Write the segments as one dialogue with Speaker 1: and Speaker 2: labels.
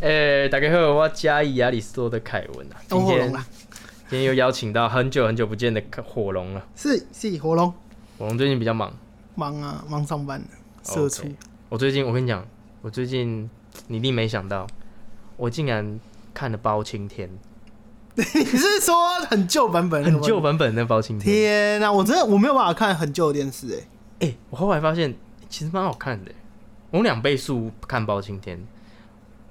Speaker 1: 诶、大家好，我嘉义亚里士多的凯文啊，今
Speaker 2: 都火
Speaker 1: 天
Speaker 2: 龙啦，
Speaker 1: 今天又邀请到很久很久不见的火龙了。
Speaker 2: 是是火龙，
Speaker 1: 火龙最近比较忙，
Speaker 2: 忙啊忙上班，社畜
Speaker 1: OK 我最近我跟你讲，我最近你一定没想到，我竟然看了包青天，
Speaker 2: 你是说很旧版本？
Speaker 1: 很旧。版本的包青天。
Speaker 2: 天哪、我真的我没有办法看很旧的电视哎、
Speaker 1: 哎、我后来发现其实蛮好看的，我两倍速看包青天。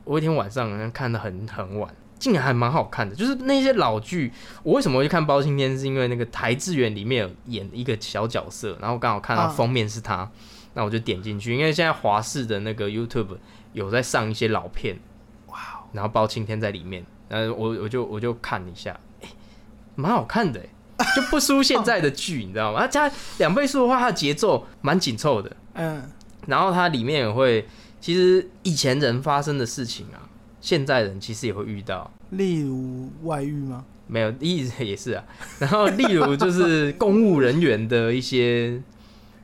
Speaker 1: 我有一天晚上好像看的很很晚，竟然还蛮好看的。就是那些老剧，我为什么会去看包青天，是因为那个台志远里面有演一个小角色，然后刚好看到
Speaker 2: 啊
Speaker 1: 封面是他，那我就点进去。因为现在华视的那个 YouTube 有在上一些老片，哇，然后包青天在里面，然后我我就我就看一下，诶蛮、好看的、诶就不输现在的剧，你知道吗？它加两倍速的话，它的节奏蛮紧凑的，
Speaker 2: 嗯，
Speaker 1: 然后它里面也会，其实以前人发生的事情啊，现在人其实也会遇到，
Speaker 2: 例如外遇吗？
Speaker 1: 没有，一也是啊。 然后例如就是公务人员的一些，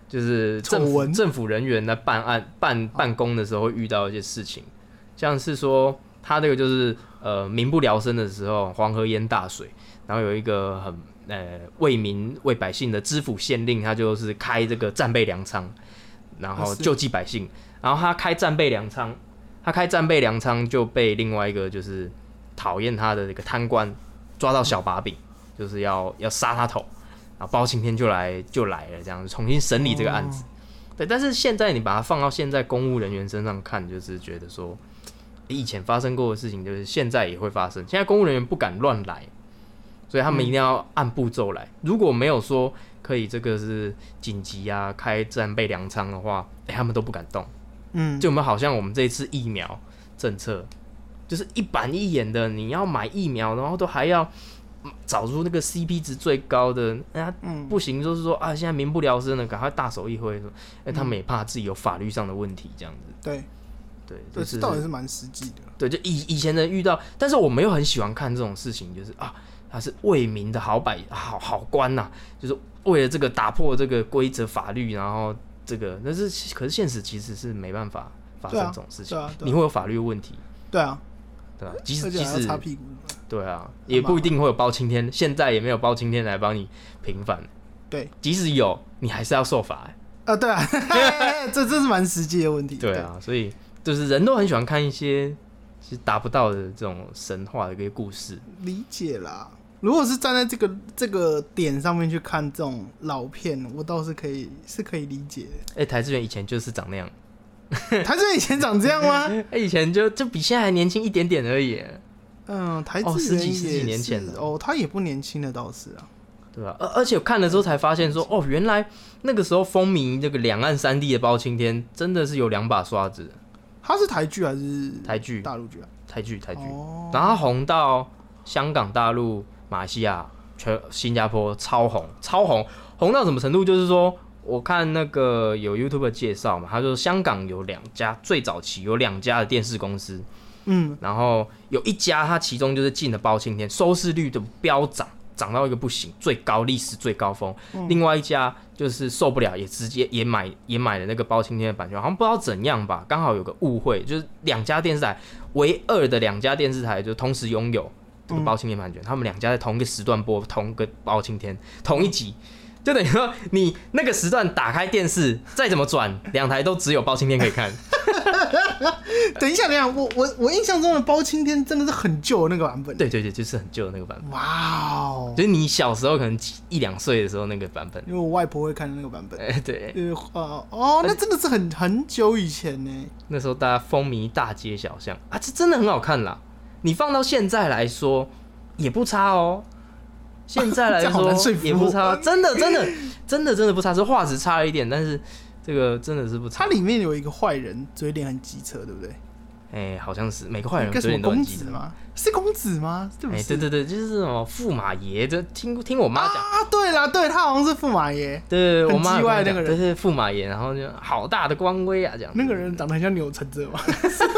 Speaker 1: 就是政
Speaker 2: 丑
Speaker 1: 府
Speaker 2: 闻
Speaker 1: 政府人员在办案办办公的时候会遇到一些事情，像是说他这个就是呃民不聊生的时候，黄河淹大水，然后有一个很呃为民为百姓的知府县令，他就是开这个战备粮仓，然
Speaker 2: 啊
Speaker 1: 后
Speaker 2: 是
Speaker 1: 救济百姓，然后他开战备粮仓，他开战备粮仓就被另外一个就是讨厌他的这个贪官抓到小把柄，就是要要杀他头，然后包青天就来就来了，这样重新审理这个案子。对，但是现在你把它放到现在公务人员身上看，就是觉得说，诶以前发生过的事情，就是现在也会发生。现在公务人员不敢乱来，所以他们一定要按步骤来。如果没有说可以这个是紧急啊，开战备粮仓的话，诶他们都不敢动。
Speaker 2: 嗯，
Speaker 1: 就我们好像我们这一次疫苗政策，就是一板一眼的，你要买疫苗，然后都还要嗯找出那个 CP 值最高的，人家
Speaker 2: 嗯
Speaker 1: 不行，就是说啊，现在民不聊生了，赶快大手一挥，说，哎、他们也怕自己有法律上的问题，这样子，
Speaker 2: 对，
Speaker 1: 对，
Speaker 2: 对，
Speaker 1: 就
Speaker 2: 这
Speaker 1: 是
Speaker 2: 倒也是蛮实际的。
Speaker 1: 对，就以以前的遇到，但是我们又很喜欢看这种事情，就是啊，他是为民的好百好好官呐、就是为了这个打破这个规则法律，然后这个，但是可是现实其实是没办法发生
Speaker 2: 对啊
Speaker 1: 这种事情，
Speaker 2: 对啊对啊
Speaker 1: 你会有法律问题，
Speaker 2: 对啊，
Speaker 1: 对吧、即使
Speaker 2: 而且
Speaker 1: 即
Speaker 2: 还要
Speaker 1: 使
Speaker 2: 擦屁股。
Speaker 1: 对啊，也不一定会有包青天，现在也没有包青天来帮你平反，
Speaker 2: 对，
Speaker 1: 即使有，你还是要受罚、
Speaker 2: 啊，对啊， 这这是蛮实际的问题。
Speaker 1: 对啊，所以就是人都很喜欢看一些是达不到的这种神话的一个故事。
Speaker 2: 对，理解啦。如果是站在这个这个点上面去看这种老片，我倒是可以是可以理解 的。
Speaker 1: 哎、台志远以前就是长那样，
Speaker 2: 台是以前长这样 吗？
Speaker 1: 他哎以前就就比现在还年轻一点点而已，
Speaker 2: 嗯，台
Speaker 1: 哦
Speaker 2: 资
Speaker 1: 十
Speaker 2: 源
Speaker 1: 几
Speaker 2: 也
Speaker 1: 十几年前
Speaker 2: 是
Speaker 1: 了
Speaker 2: 哦，他也不年轻了，倒是啊。
Speaker 1: 对吧、而而且我看了之后才发现说，
Speaker 2: 嗯
Speaker 1: 哦，原来那个时候风靡这个两岸三地的包青天，真的是有两把刷子，
Speaker 2: 他是台剧还是
Speaker 1: 台剧、
Speaker 2: 大陆剧啊？
Speaker 1: 台剧、台剧，
Speaker 2: 哦，
Speaker 1: 然后他红到香港、大陆、马来西亚、全新加坡超红，超红，红到什么程度？就是说，我看那个有 YouTube 介绍嘛，他说香港有两家，最早期有两家的电视公司，
Speaker 2: 嗯，
Speaker 1: 然后有一家，它其中就是进了包青天，收视率的飙涨，涨到一个不行，最高历史最高峰。另外一家就是受不了，也直接也买也买了那个包青天的版权，好像不知道怎样吧，刚好有个误会，就是两家电视台唯二的两家电视台就同时拥有这个包青天版权，他们两家在同一个时段播同一个包青天同一集。就等于说，你那个时段打开电视，再怎么转，两台都只有包青天可以看。
Speaker 2: 等一下，等一下，我我我印象中的包青天真的是很旧的那个版本。，
Speaker 1: 对对对，就是很旧的那个版本。
Speaker 2: 哇哦，
Speaker 1: 就是你小时候可能几一两岁的时候那个版本。
Speaker 2: 因为我外婆会看的那个版本。
Speaker 1: 哎、对，
Speaker 2: 呃，哦哦，那真的是很很久以前呢。
Speaker 1: 那时候大家风靡大街小巷啊，这真的很好看啦。你放到现在来说也不差哦，现在来
Speaker 2: 这好难说
Speaker 1: 说
Speaker 2: 服
Speaker 1: 也不差，
Speaker 2: 我
Speaker 1: 真的真的真的真的不差，是画质差了一点，但是这个真的是不差
Speaker 2: 它。里面有一个坏人，嘴脸很机车，对不对？
Speaker 1: 哎、好像是每个坏
Speaker 2: 一
Speaker 1: 人
Speaker 2: 个什
Speaker 1: 嘴
Speaker 2: 么
Speaker 1: 脸都
Speaker 2: 公
Speaker 1: 很记
Speaker 2: 子
Speaker 1: 得。
Speaker 2: 吗？是公子吗？对不
Speaker 1: 哎、
Speaker 2: 对？
Speaker 1: 对对对，就是什么驸马爷，这听听我妈讲。
Speaker 2: 啊，对啦，对他好像是驸马爷，
Speaker 1: 对，我
Speaker 2: 很
Speaker 1: 妈
Speaker 2: 叽
Speaker 1: 有跟我
Speaker 2: 歪的
Speaker 1: 讲
Speaker 2: 那个
Speaker 1: 对对驸马爷，然后就好大的官威啊，这样。
Speaker 2: 那个人长得很像钮承泽嘛，是吗？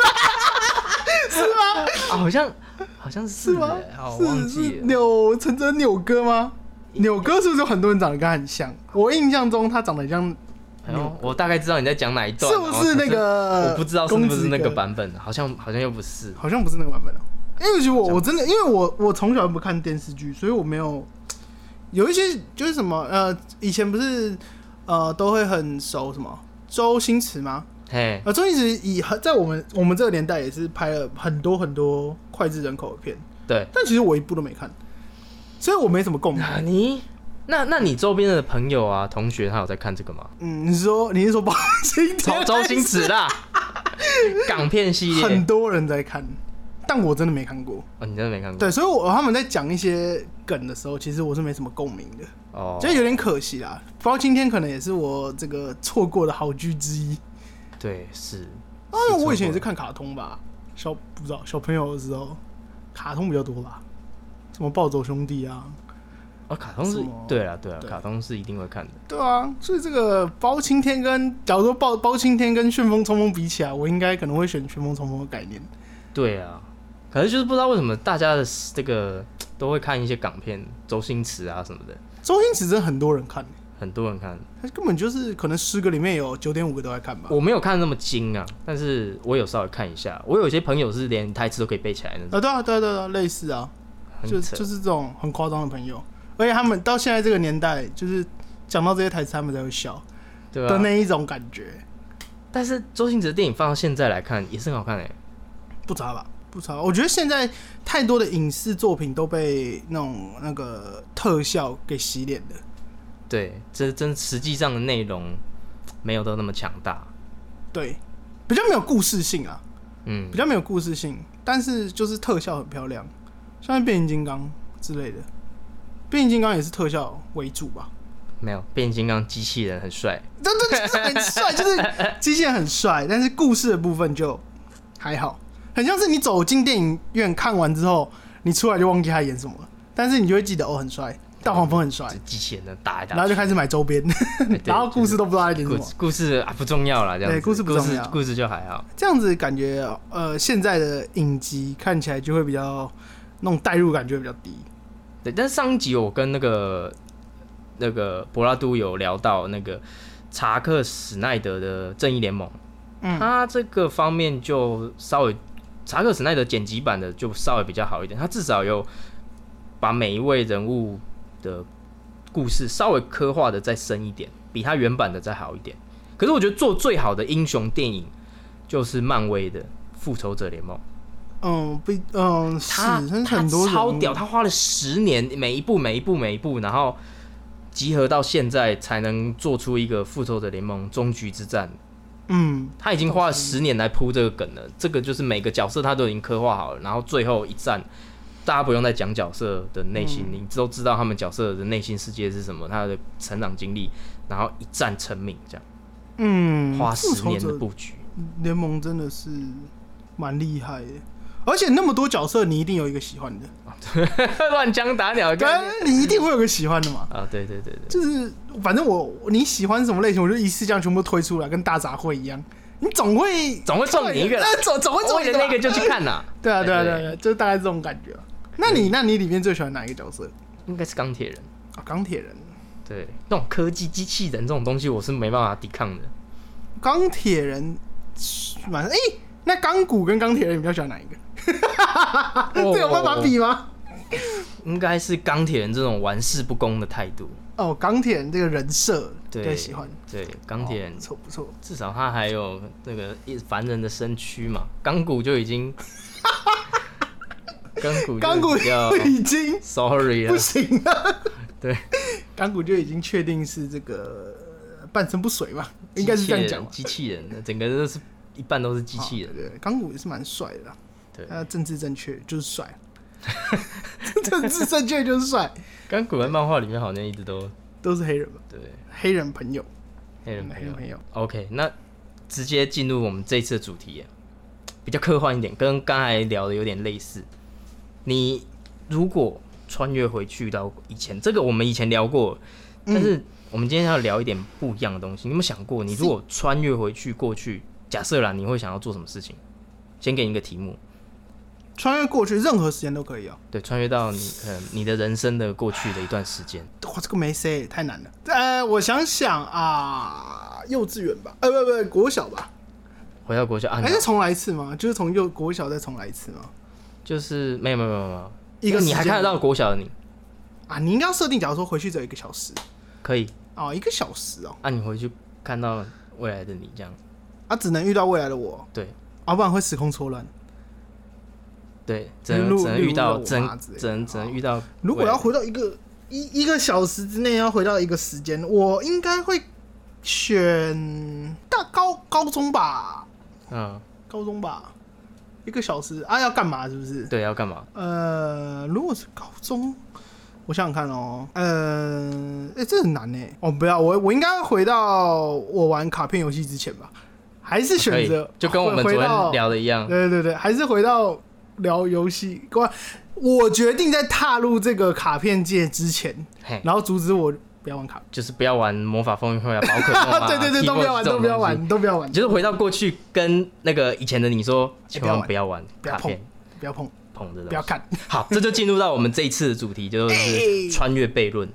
Speaker 2: 是吗？
Speaker 1: 啊，好像好像是
Speaker 2: 是吗
Speaker 1: 欸好，我忘
Speaker 2: 是
Speaker 1: 记
Speaker 2: 是
Speaker 1: 了。
Speaker 2: 钮陈真钮哥吗？钮哥是不是有很多人长得跟他很像？我印象中他长得很像，
Speaker 1: 哎呦，我大概知道你在讲哪一段，
Speaker 2: 是不是那个？
Speaker 1: 哦我不知道是不是那个，版本，好像好像又不是。
Speaker 2: 好像不是那个版本哦、因为其实我
Speaker 1: 好像
Speaker 2: 我真的，因为我我从小不看电视剧，所以我没有有一些就是什么呃，以前不是呃都会很熟什么周星驰吗？
Speaker 1: 嘿，
Speaker 2: 呃，周星驰以在我们我们这个年代也是拍了很多很多脍炙人口的片，
Speaker 1: 对，
Speaker 2: 但其实我一部都没看，所以我没什么 共鸣。
Speaker 1: 那你那那你周边的朋友啊、同学，他有在看这个 吗？
Speaker 2: 嗯，你是说你是说包青
Speaker 1: 周
Speaker 2: 天？
Speaker 1: 周星驰 啦，港片系列
Speaker 2: 很，多人在看，但我真的没看过。
Speaker 1: 哦，你真的没看过？
Speaker 2: 对，所以我他们在讲一些梗的时候，其实我是没什么共鸣的，
Speaker 1: 哦，
Speaker 2: 就有点可惜啦。包青天可能也是我这个错过的好剧之一。
Speaker 1: 对，是。
Speaker 2: 啊，
Speaker 1: 是
Speaker 2: 我以前也
Speaker 1: 错
Speaker 2: 是
Speaker 1: 过
Speaker 2: 看卡通吧，小不知道小朋友的时候，卡通比较多吧，什么暴走兄弟啊，
Speaker 1: 哦，卡通
Speaker 2: 什
Speaker 1: 是
Speaker 2: 么，
Speaker 1: 对啊，对啊，
Speaker 2: 对
Speaker 1: 卡通是一定会看的。
Speaker 2: 对啊，所以这个包青天跟假如说包包青天跟旋风冲锋比起来，我应该可能会选旋风冲锋的概念。
Speaker 1: 对啊，可是就是不知道为什么大家的这个都会看一些港片，周星驰啊什么的，
Speaker 2: 周星驰真的很多人看，
Speaker 1: 很多人看。
Speaker 2: 他根本就是可能十个里面有九点五个都在看吧。
Speaker 1: 我没有看那么精啊，但是我有稍微看一下。我有些朋友是连台词都可以背起来那种，
Speaker 2: 啊，对啊，对啊，对啊对啊，类似啊，就
Speaker 1: 很扯。
Speaker 2: 就是这种很夸张的朋友，而且他们到现在这个年代，就是讲到这些台词，他们才会笑
Speaker 1: 对
Speaker 2: 的
Speaker 1: 啊，
Speaker 2: 那一种感觉，
Speaker 1: 但是周星驰的电影放到现在来看也是很好看哎、
Speaker 2: 不差吧？不差吧。我觉得现在太多的影视作品都被那种那个特效给洗脸了。
Speaker 1: 对，这真实际上的内容没有都那么强大。
Speaker 2: 对，比较没有故事性啊，
Speaker 1: 嗯
Speaker 2: 比，较没有故事性，但是就是特效很漂亮，像是变形金刚之类的，变形金刚也是特效为主吧。
Speaker 1: 没有变形金刚机器人很帅，
Speaker 2: 对对，就是很帅，就是机器人很帅，但是故事的部分就还好，很像是你走进电影院看完之后，你出来就忘记他演什么了，但是你就会记得哦，很帅，大黄蜂很帅
Speaker 1: 这，机器人呢打一打，
Speaker 2: 哎然后就开始买周边，
Speaker 1: 哎对
Speaker 2: 然后故事都不知道他演什
Speaker 1: 故
Speaker 2: 么
Speaker 1: 事，故事啊不重要啦，这样子
Speaker 2: 对故事不重要
Speaker 1: 故事故事就还好。
Speaker 2: 这样子感觉呃，现在的影集看起来就会比较那种代入感就会比较低。
Speaker 1: 对，但是上一集我跟那个那个柏拉都有聊到那个查克·史奈德的《正义联盟》，
Speaker 2: 嗯
Speaker 1: 他这个方面就稍微查克·史奈德剪辑版的就稍微比较好一点，他至少有把每一位人物的故事稍微刻画的再深一点，比他原版的再好一点。可是我觉得做最好的英雄电影就是漫威的《复仇者联盟》。
Speaker 2: 嗯，不，嗯，是，
Speaker 1: 他
Speaker 2: 但是
Speaker 1: 他
Speaker 2: 很多人
Speaker 1: 超屌，他花了十年，每一步每一步每一步，然后集合到现在才能做出一个复仇者联盟终局之战。
Speaker 2: 嗯，
Speaker 1: 他已经花了十年来铺这个梗了，这个就是每个角色他都已经刻画好了，然后最后一战，大家不用再讲角色的内
Speaker 2: 嗯
Speaker 1: 心，你都知道他们角色的内心世界是什么，他的成长经历，然后一战成名，这样
Speaker 2: 嗯，
Speaker 1: 花
Speaker 2: 复
Speaker 1: 十
Speaker 2: 仇
Speaker 1: 年
Speaker 2: 者
Speaker 1: 的布局。
Speaker 2: 联盟真的是蛮厉害的，而且那么多角色，你一定有一个喜欢的，
Speaker 1: 乱枪打鸟，
Speaker 2: 对啊
Speaker 1: 干，
Speaker 2: 你一定会有个喜欢的嘛。
Speaker 1: 啊，对对对对，
Speaker 2: 就是反正我你喜欢什么类型，我就一次这样全部推出来，跟大杂烩一样，你总会
Speaker 1: 总会中你一个啦
Speaker 2: 那 总总会中
Speaker 1: 为
Speaker 2: 你
Speaker 1: 了
Speaker 2: 的吧
Speaker 1: 那个就去看啦、
Speaker 2: 对啊对啊
Speaker 1: 哎
Speaker 2: 对
Speaker 1: 对
Speaker 2: 啊，对啊就是大概这种感觉吧。那你那你里面最喜欢哪一个角色？
Speaker 1: 应该是钢铁人。
Speaker 2: 啊，钢铁人，
Speaker 1: 对，那种科技机器人这种东西，我是没办法抵抗的。
Speaker 2: 钢铁人，反正哎，那钢骨跟钢铁人，你比较喜欢哪一个？啊
Speaker 1: 哦
Speaker 2: 这有办法比吗？
Speaker 1: 应该是钢铁人这种玩世不恭的态度。
Speaker 2: 哦，钢铁人这个人设，
Speaker 1: 对，
Speaker 2: 喜欢。。
Speaker 1: 对，钢铁人、
Speaker 2: 哦不错不错，
Speaker 1: 至少他还有那个一凡人的身躯嘛，钢骨就已 经，钢骨就
Speaker 2: 钢骨
Speaker 1: 比较
Speaker 2: 已经
Speaker 1: sorry 了
Speaker 2: 不。行了，
Speaker 1: 对，
Speaker 2: 钢骨就已经确定是这个呃半身不遂吧，应该是这样讲吧。哦
Speaker 1: 机器人，机器人整个都是一半都是机器人。
Speaker 2: 对，钢骨也是蛮帅的啦，
Speaker 1: 对，
Speaker 2: 他政治正确就 是帅，政治正确就是帅，
Speaker 1: 钢骨在漫画里面好像一直都
Speaker 2: 都是黑人嘛，
Speaker 1: 对
Speaker 2: 黑人朋友，
Speaker 1: 黑人朋
Speaker 2: 黑人
Speaker 1: 友。
Speaker 2: 朋友，
Speaker 1: OK，那直接进入我们这一次的主题，比较科幻一点，跟刚才聊的有点类似。你如果穿越回去到以前，这个我们以前聊过，但
Speaker 2: 嗯
Speaker 1: 是我们今天要聊一点不一样的东西。你有没有想过，你如果穿越回去过去，假设啦，你会想要做什么事情？先给你一个题目：
Speaker 2: 穿越过去任何时间都可以哦、
Speaker 1: 对，穿越到你可能你的人生的过去的一段时间。
Speaker 2: 哇，这个没 C 太难了。呃，我想想啊，幼稚园吧，呃，不不，国小吧。
Speaker 1: 回到国小啊，你
Speaker 2: 还是重来一次吗？就是从幼国小再重来一次吗？
Speaker 1: 就是没有没有没有没有，
Speaker 2: 一个
Speaker 1: 你还
Speaker 2: 时间
Speaker 1: 看得到国小的你，
Speaker 2: 啊？你应该要设定，假如说回去只有一个小时
Speaker 1: 可以
Speaker 2: 哦，一个小时哦，
Speaker 1: 啊，你回去看到未来的你这样，
Speaker 2: 啊，只能遇到未来的我，
Speaker 1: 对
Speaker 2: 啊，不然会时空错乱。
Speaker 1: 对，只能
Speaker 2: 录
Speaker 1: 只能遇到
Speaker 2: 录
Speaker 1: 只能
Speaker 2: 我妈之类的
Speaker 1: 只能只能遇到未来。
Speaker 2: 如果要回到一个一一个小时之内要回到一个时间，我应该会选大高高中吧，
Speaker 1: 嗯，
Speaker 2: 高中吧，一个小时啊，要干嘛？是不是？
Speaker 1: 对，要干嘛？
Speaker 2: 呃，如果是高中，我想想看哦，呃，哎、这很难呢。哦，不要，我我应该回到我玩卡片游戏之前吧，还是
Speaker 1: 啊可
Speaker 2: 选
Speaker 1: 以
Speaker 2: 择
Speaker 1: 就跟我们昨
Speaker 2: 回
Speaker 1: 天
Speaker 2: 到
Speaker 1: 聊的一样，
Speaker 2: 对对对，还是回到聊游戏。我我决定在踏入这个卡片界之前，
Speaker 1: 嘿，
Speaker 2: 然后阻止我不要玩卡
Speaker 1: 就是不要玩魔法风云会啊，宝可梦啊，
Speaker 2: 片。对对对，都不要 玩，
Speaker 1: Keyboard 这种
Speaker 2: 都不要
Speaker 1: 东西。
Speaker 2: 玩，都不要玩
Speaker 1: 你，就是回到过去，跟那个以前的你说，千万不要玩
Speaker 2: 不要
Speaker 1: 卡
Speaker 2: 碰
Speaker 1: 片，
Speaker 2: 不要碰，
Speaker 1: 捧着的
Speaker 2: 不要看。
Speaker 1: 好，这就进入到我们这一次的主题，就
Speaker 2: 哎
Speaker 1: 是穿越悖论。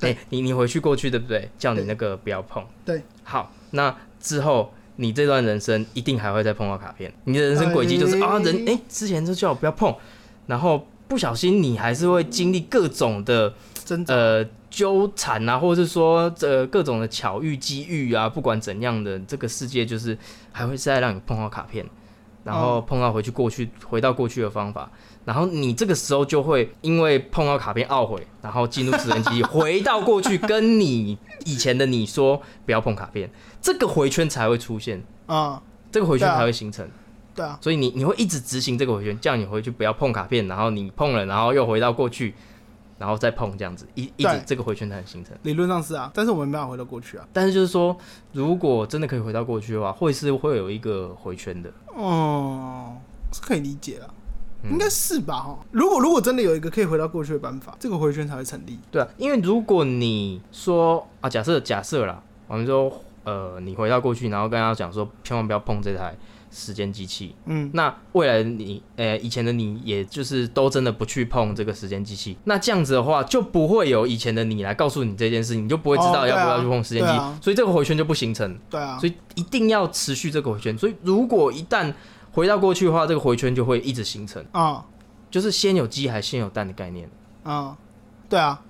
Speaker 1: 哎、
Speaker 2: 对
Speaker 1: 你你回去过去对不对？叫你
Speaker 2: 对
Speaker 1: 那个不要碰。
Speaker 2: 对，
Speaker 1: 好，那之后你这段人生一定还会再碰到卡片，你的人生轨迹就是、
Speaker 2: 哎
Speaker 1: 啊人哎、之前就叫我不要碰，然后不小心你还是会经历各种的
Speaker 2: 真的，
Speaker 1: 呃纠缠啊，或者是说呃各种的巧遇机遇啊，不管怎样的这个世界，就是还会再让你碰到卡片，然后
Speaker 2: 哦
Speaker 1: 碰到回去过去回到过去的方法，然后你这个时候就会因为碰到卡片懊悔，然后进入直升机回到过去，跟你以前的你说不要碰卡片，这个回圈才会出现，
Speaker 2: 啊、
Speaker 1: 这个回圈
Speaker 2: 对啊
Speaker 1: 才会形成。
Speaker 2: 对啊，
Speaker 1: 所以你你会一直执行这个回圈，叫你回去不要碰卡片，然后你碰了，然后又回到过去，然后再碰这样子，一一直
Speaker 2: 对
Speaker 1: 这个回圈才能形成。
Speaker 2: 理论上是啊，但是我们没办法回到过去啊。
Speaker 1: 但是就是说，如果真的可以回到过去的话，会是会有一个回圈的。
Speaker 2: 哦，是可以理解了，
Speaker 1: 嗯
Speaker 2: 应该是吧？哈，如果如果真的有一个可以回到过去的办法，这个回圈才会成立。
Speaker 1: 对啊，因为如果你说啊，假设假设啦，我们说呃，你回到过去，然后跟他讲说，千万不要碰这台时间机器。
Speaker 2: 嗯，
Speaker 1: 那未来的你，呃，以前的你，也就是都真的不去碰这个时间机器。那这样子的话，就不会有以前的你来告诉你这件事，你就不会知
Speaker 2: 哦
Speaker 1: 道
Speaker 2: 对
Speaker 1: 要
Speaker 2: 啊
Speaker 1: 不要去碰时间机，
Speaker 2: 对啊
Speaker 1: 所以这个回圈就不形成。
Speaker 2: 对啊，
Speaker 1: 所以一定要持续这个回圈。所以如果一旦回到过去的话，这个回圈就会一直形成，
Speaker 2: 啊
Speaker 1: 就是先有鸡还先有蛋的概念。
Speaker 2: 啊，对啊，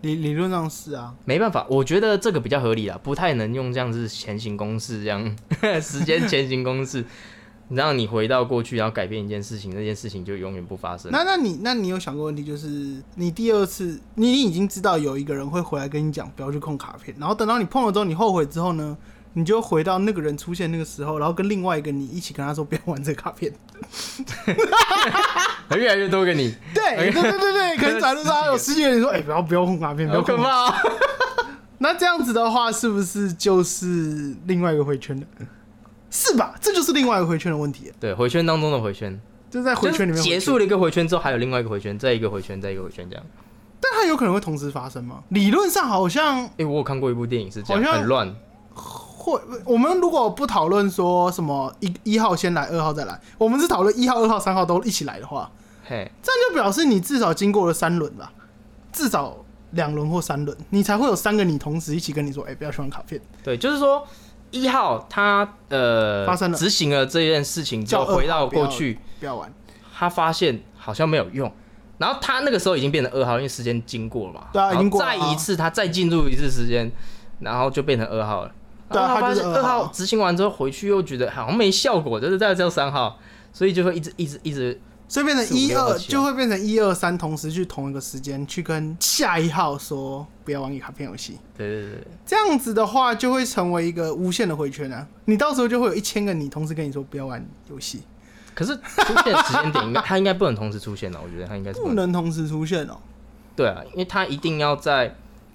Speaker 2: 理理论上是啊。
Speaker 1: 没办法，我觉得这个比较合理啦，不太能用这样子前行公式这样 时间前行公式，让你回到过去，然后改变一件事情，那件事情就永远不发生。
Speaker 2: 那那你那你有想过问题，就是你第二次，你你已经知道有一个人会回来跟你讲不要去碰卡片，然后等到你碰了之后，你后悔之后呢，你就回到那个人出现那个时候，然后跟另外一个你一起跟他说不要玩这个卡片。
Speaker 1: 越来越多个你，
Speaker 2: 对对对对对，可能转路上有十几个人说，哎、不要不要碰卡片，不要
Speaker 1: 好
Speaker 2: 碰
Speaker 1: 可
Speaker 2: 卡片。
Speaker 1: 怕、哦！
Speaker 2: 那这样子的话，是不是就是另外一个回圈了？是吧？这就是另外一个回圈的问题了，
Speaker 1: 对，回圈当中的回圈，
Speaker 2: 就是在回圈里面
Speaker 1: 就
Speaker 2: 回
Speaker 1: 是结
Speaker 2: 圈
Speaker 1: 束了一个回圈之后，还有另外一个回圈，再一个回圈，再一个回圈这样。
Speaker 2: 但它有可能会同时发生吗？理论上好像
Speaker 1: 哎、我有看过一部电影是这样，
Speaker 2: 好像
Speaker 1: 很乱，
Speaker 2: 会。我们如果不讨论说什么一一号先来，二号再来，我们是讨论一号、二号、三号都一起来的话，
Speaker 1: 嘿，
Speaker 2: 这样就表示你至少经过了三轮吧，至少两轮或三轮，你才会有三个你同时一起跟你说，哎、不要喜欢卡片。
Speaker 1: 对，就是说一号他呃
Speaker 2: 发生了
Speaker 1: 执行了这件事情之后，
Speaker 2: 叫二号
Speaker 1: 回到
Speaker 2: 不要
Speaker 1: 过去，
Speaker 2: 不要玩。
Speaker 1: 他发现好像没有用，然后他那个时候已经变成二号，因为时间经过了嘛，
Speaker 2: 对啊
Speaker 1: 然后
Speaker 2: 已经过了啊
Speaker 1: 再一次他再进入一次时间，然后就变成二号了。
Speaker 2: 对啊
Speaker 1: 然后
Speaker 2: 他
Speaker 1: 发
Speaker 2: 就是
Speaker 1: 现
Speaker 2: 二
Speaker 1: 二
Speaker 2: 号
Speaker 1: 号执行完之后回去又觉得好像没效果，就是再叫三号，所以就会一直一直一直
Speaker 2: 所以变成一
Speaker 1: 四五六
Speaker 2: 二，
Speaker 1: 号七号啊
Speaker 2: 就会变成一二三，同时去同一个时间去跟下一号说不要玩卡片游戏。
Speaker 1: 对对对对
Speaker 2: 这样子的话，就会成为一个无限的回圈啊！你到时候就会有一千个你同时跟你说不要玩游戏，
Speaker 1: 可是出现的时间点应该他应该不能同时出现啊了，我觉得他应该是不
Speaker 2: 不
Speaker 1: 能。
Speaker 2: 能同时出现哦、
Speaker 1: 对啊，因为他一定要在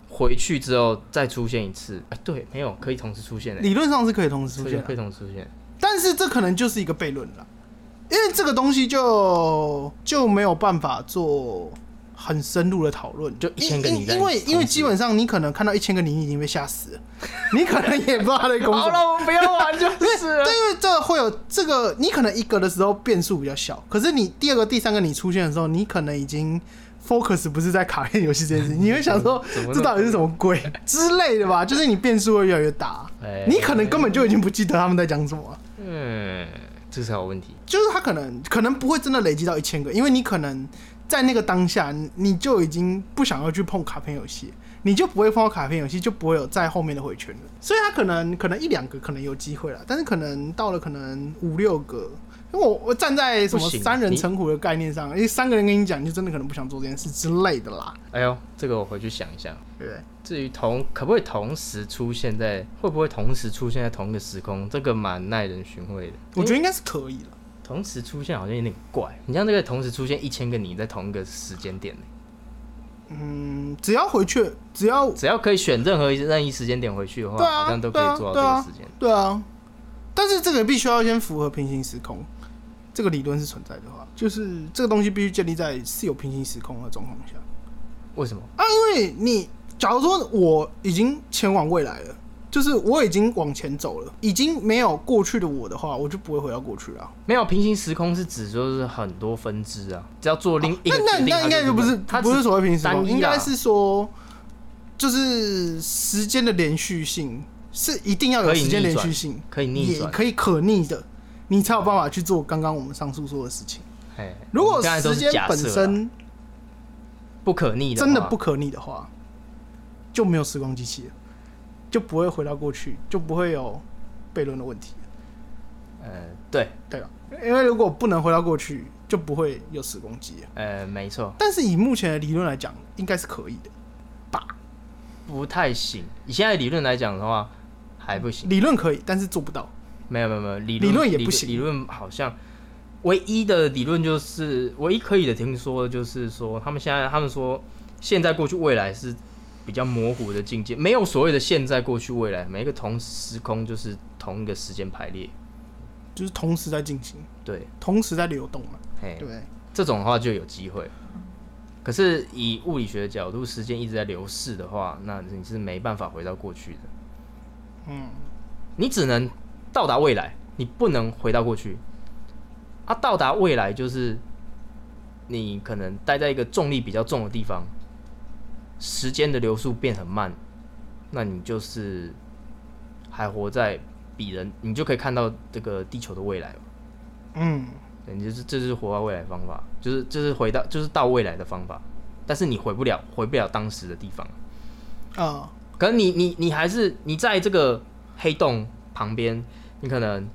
Speaker 1: 回去之后再出现一次。哎，对，没有可以同时出现的、
Speaker 2: 理论上是可以同时出
Speaker 1: 出
Speaker 2: 现
Speaker 1: 现
Speaker 2: 啊的
Speaker 1: 可，以同啊时出现。
Speaker 2: 但是这可能就是一个悖论了，因为这个东西就就没有办法做很深入的讨论，
Speaker 1: 就1000个你
Speaker 2: 因
Speaker 1: 在
Speaker 2: 因为
Speaker 1: 同时
Speaker 2: 因为基本上你可能看到一千个你已经被吓死了，你可能也不知道他在 攻
Speaker 1: 好
Speaker 2: 什么。
Speaker 1: 了，我们不要玩就是了
Speaker 2: 对，。因为这个会有这个，你可能一个的时候变数比较小，可是你第二个、第三个你出现的时候，你可能已经 focus 不是在卡片游戏这件事 情，你会想说
Speaker 1: 怎么那么
Speaker 2: 这到底是什么鬼之类的吧？就是你变数会越来越大
Speaker 1: 哎，
Speaker 2: 你可能根本就已经不记得他们在讲什么了。
Speaker 1: 嗯，这才有问题。
Speaker 2: 就是他可能可能不会真的累积到一千个，因为你可能在那个当下，你你就已经不想要去碰卡片游戏，你就不会碰到卡片游戏，就不会有在后面的回圈了。所以他可能可能一两个可能有机会了，但是可能到了可能五六个，因为我我站在什么
Speaker 1: 不行
Speaker 2: 三人
Speaker 1: 你
Speaker 2: 成虎的概念上，因为三个人跟你讲，你就真的可能不想做这件事之类的啦，
Speaker 1: 哎呦，这个我回去想一下。
Speaker 2: 对不对？
Speaker 1: 至于同可不可以同时出现在，会不会同时出现在同一个时空，这个蛮耐人寻味的。
Speaker 2: 我觉得应该是可以了。
Speaker 1: 同时出现好像有点怪，你像这个同时出现一千个你在同一个时间点，
Speaker 2: 嗯，只要回去，只 要
Speaker 1: 只要可以选任何一任意时间点回去的话，
Speaker 2: 对啊
Speaker 1: 好像都可以做
Speaker 2: 对
Speaker 1: 到
Speaker 2: 啊
Speaker 1: 这个时间。
Speaker 2: 对啊，但是这个必须要先符合平行时空，这个理论是存在的话，就是这个东西必须建立在是有平行时空的状况下
Speaker 1: 为什么？
Speaker 2: 啊，因为你假如说我已经前往未来了。就是我已经往前走了，已经没有过去的我的话，我就不会回到过去了啊。
Speaker 1: 没有平行时空是指就是很多分支啊，只要做另一
Speaker 2: 哦那
Speaker 1: 个
Speaker 2: 那
Speaker 1: 指定
Speaker 2: 那应该
Speaker 1: 它
Speaker 2: 就不是
Speaker 1: 它
Speaker 2: 不是
Speaker 1: 只
Speaker 2: 所谓平行时
Speaker 1: 单
Speaker 2: 空，
Speaker 1: 一
Speaker 2: 应该
Speaker 1: 啊
Speaker 2: 是说，就是时间的连续性是一定要有
Speaker 1: 可以
Speaker 2: 时间
Speaker 1: 逆
Speaker 2: 连
Speaker 1: 转
Speaker 2: 续性，
Speaker 1: 可以逆
Speaker 2: 也
Speaker 1: 转。
Speaker 2: 可以可逆的，你才有办法去做刚刚我们上述说的事情。
Speaker 1: 哎，
Speaker 2: 如
Speaker 1: 我
Speaker 2: 果
Speaker 1: 们刚才都
Speaker 2: 时
Speaker 1: 是
Speaker 2: 间
Speaker 1: 假
Speaker 2: 本
Speaker 1: 设啊啊
Speaker 2: 身
Speaker 1: 不可逆的话，
Speaker 2: 真的不可逆的话，就没有时光机器了，就不会回到过去，就不会有悖论的问题，
Speaker 1: 呃对
Speaker 2: 对吧？因为如果不能回到过去，就不会有时光机了。
Speaker 1: 呃没错，
Speaker 2: 但是以目前的理论来讲，应该是可以的。
Speaker 1: 不太行。以现在理论来讲的话，还不行。
Speaker 2: 理论可以，但是做不到。
Speaker 1: 没有没有没有，理
Speaker 2: 理论
Speaker 1: 论
Speaker 2: 也不行
Speaker 1: 理论好像唯一的理论就是唯一可以的，听说的就是说他们现在他们说现在过去未来是比较模糊的境界，没有所谓的现在过去未来，每一个同时空就是同一个时间排列。
Speaker 2: 就是同时在进行，
Speaker 1: 对，
Speaker 2: 同时在流动嘛，
Speaker 1: 嘿
Speaker 2: 对，不对？
Speaker 1: 这种的话就有机会。可是以物理学的角度，时间一直在流逝的话，那你是没办法回到过去的。
Speaker 2: 嗯，
Speaker 1: 你只能到达未来，你不能回到过去。啊，到达未来就是你可能待在一个重力比较重的地方，时间的流速变很慢，那你就是还活在比人，你就可以看到这个地球的未来。
Speaker 2: 嗯，
Speaker 1: 对你就是这就是活到未来的方法，就是就是回到就是到未来的方法，但是你回不了回不了当时的地方。
Speaker 2: 啊、
Speaker 1: 可能你你你还是你在这个黑洞旁边，你可能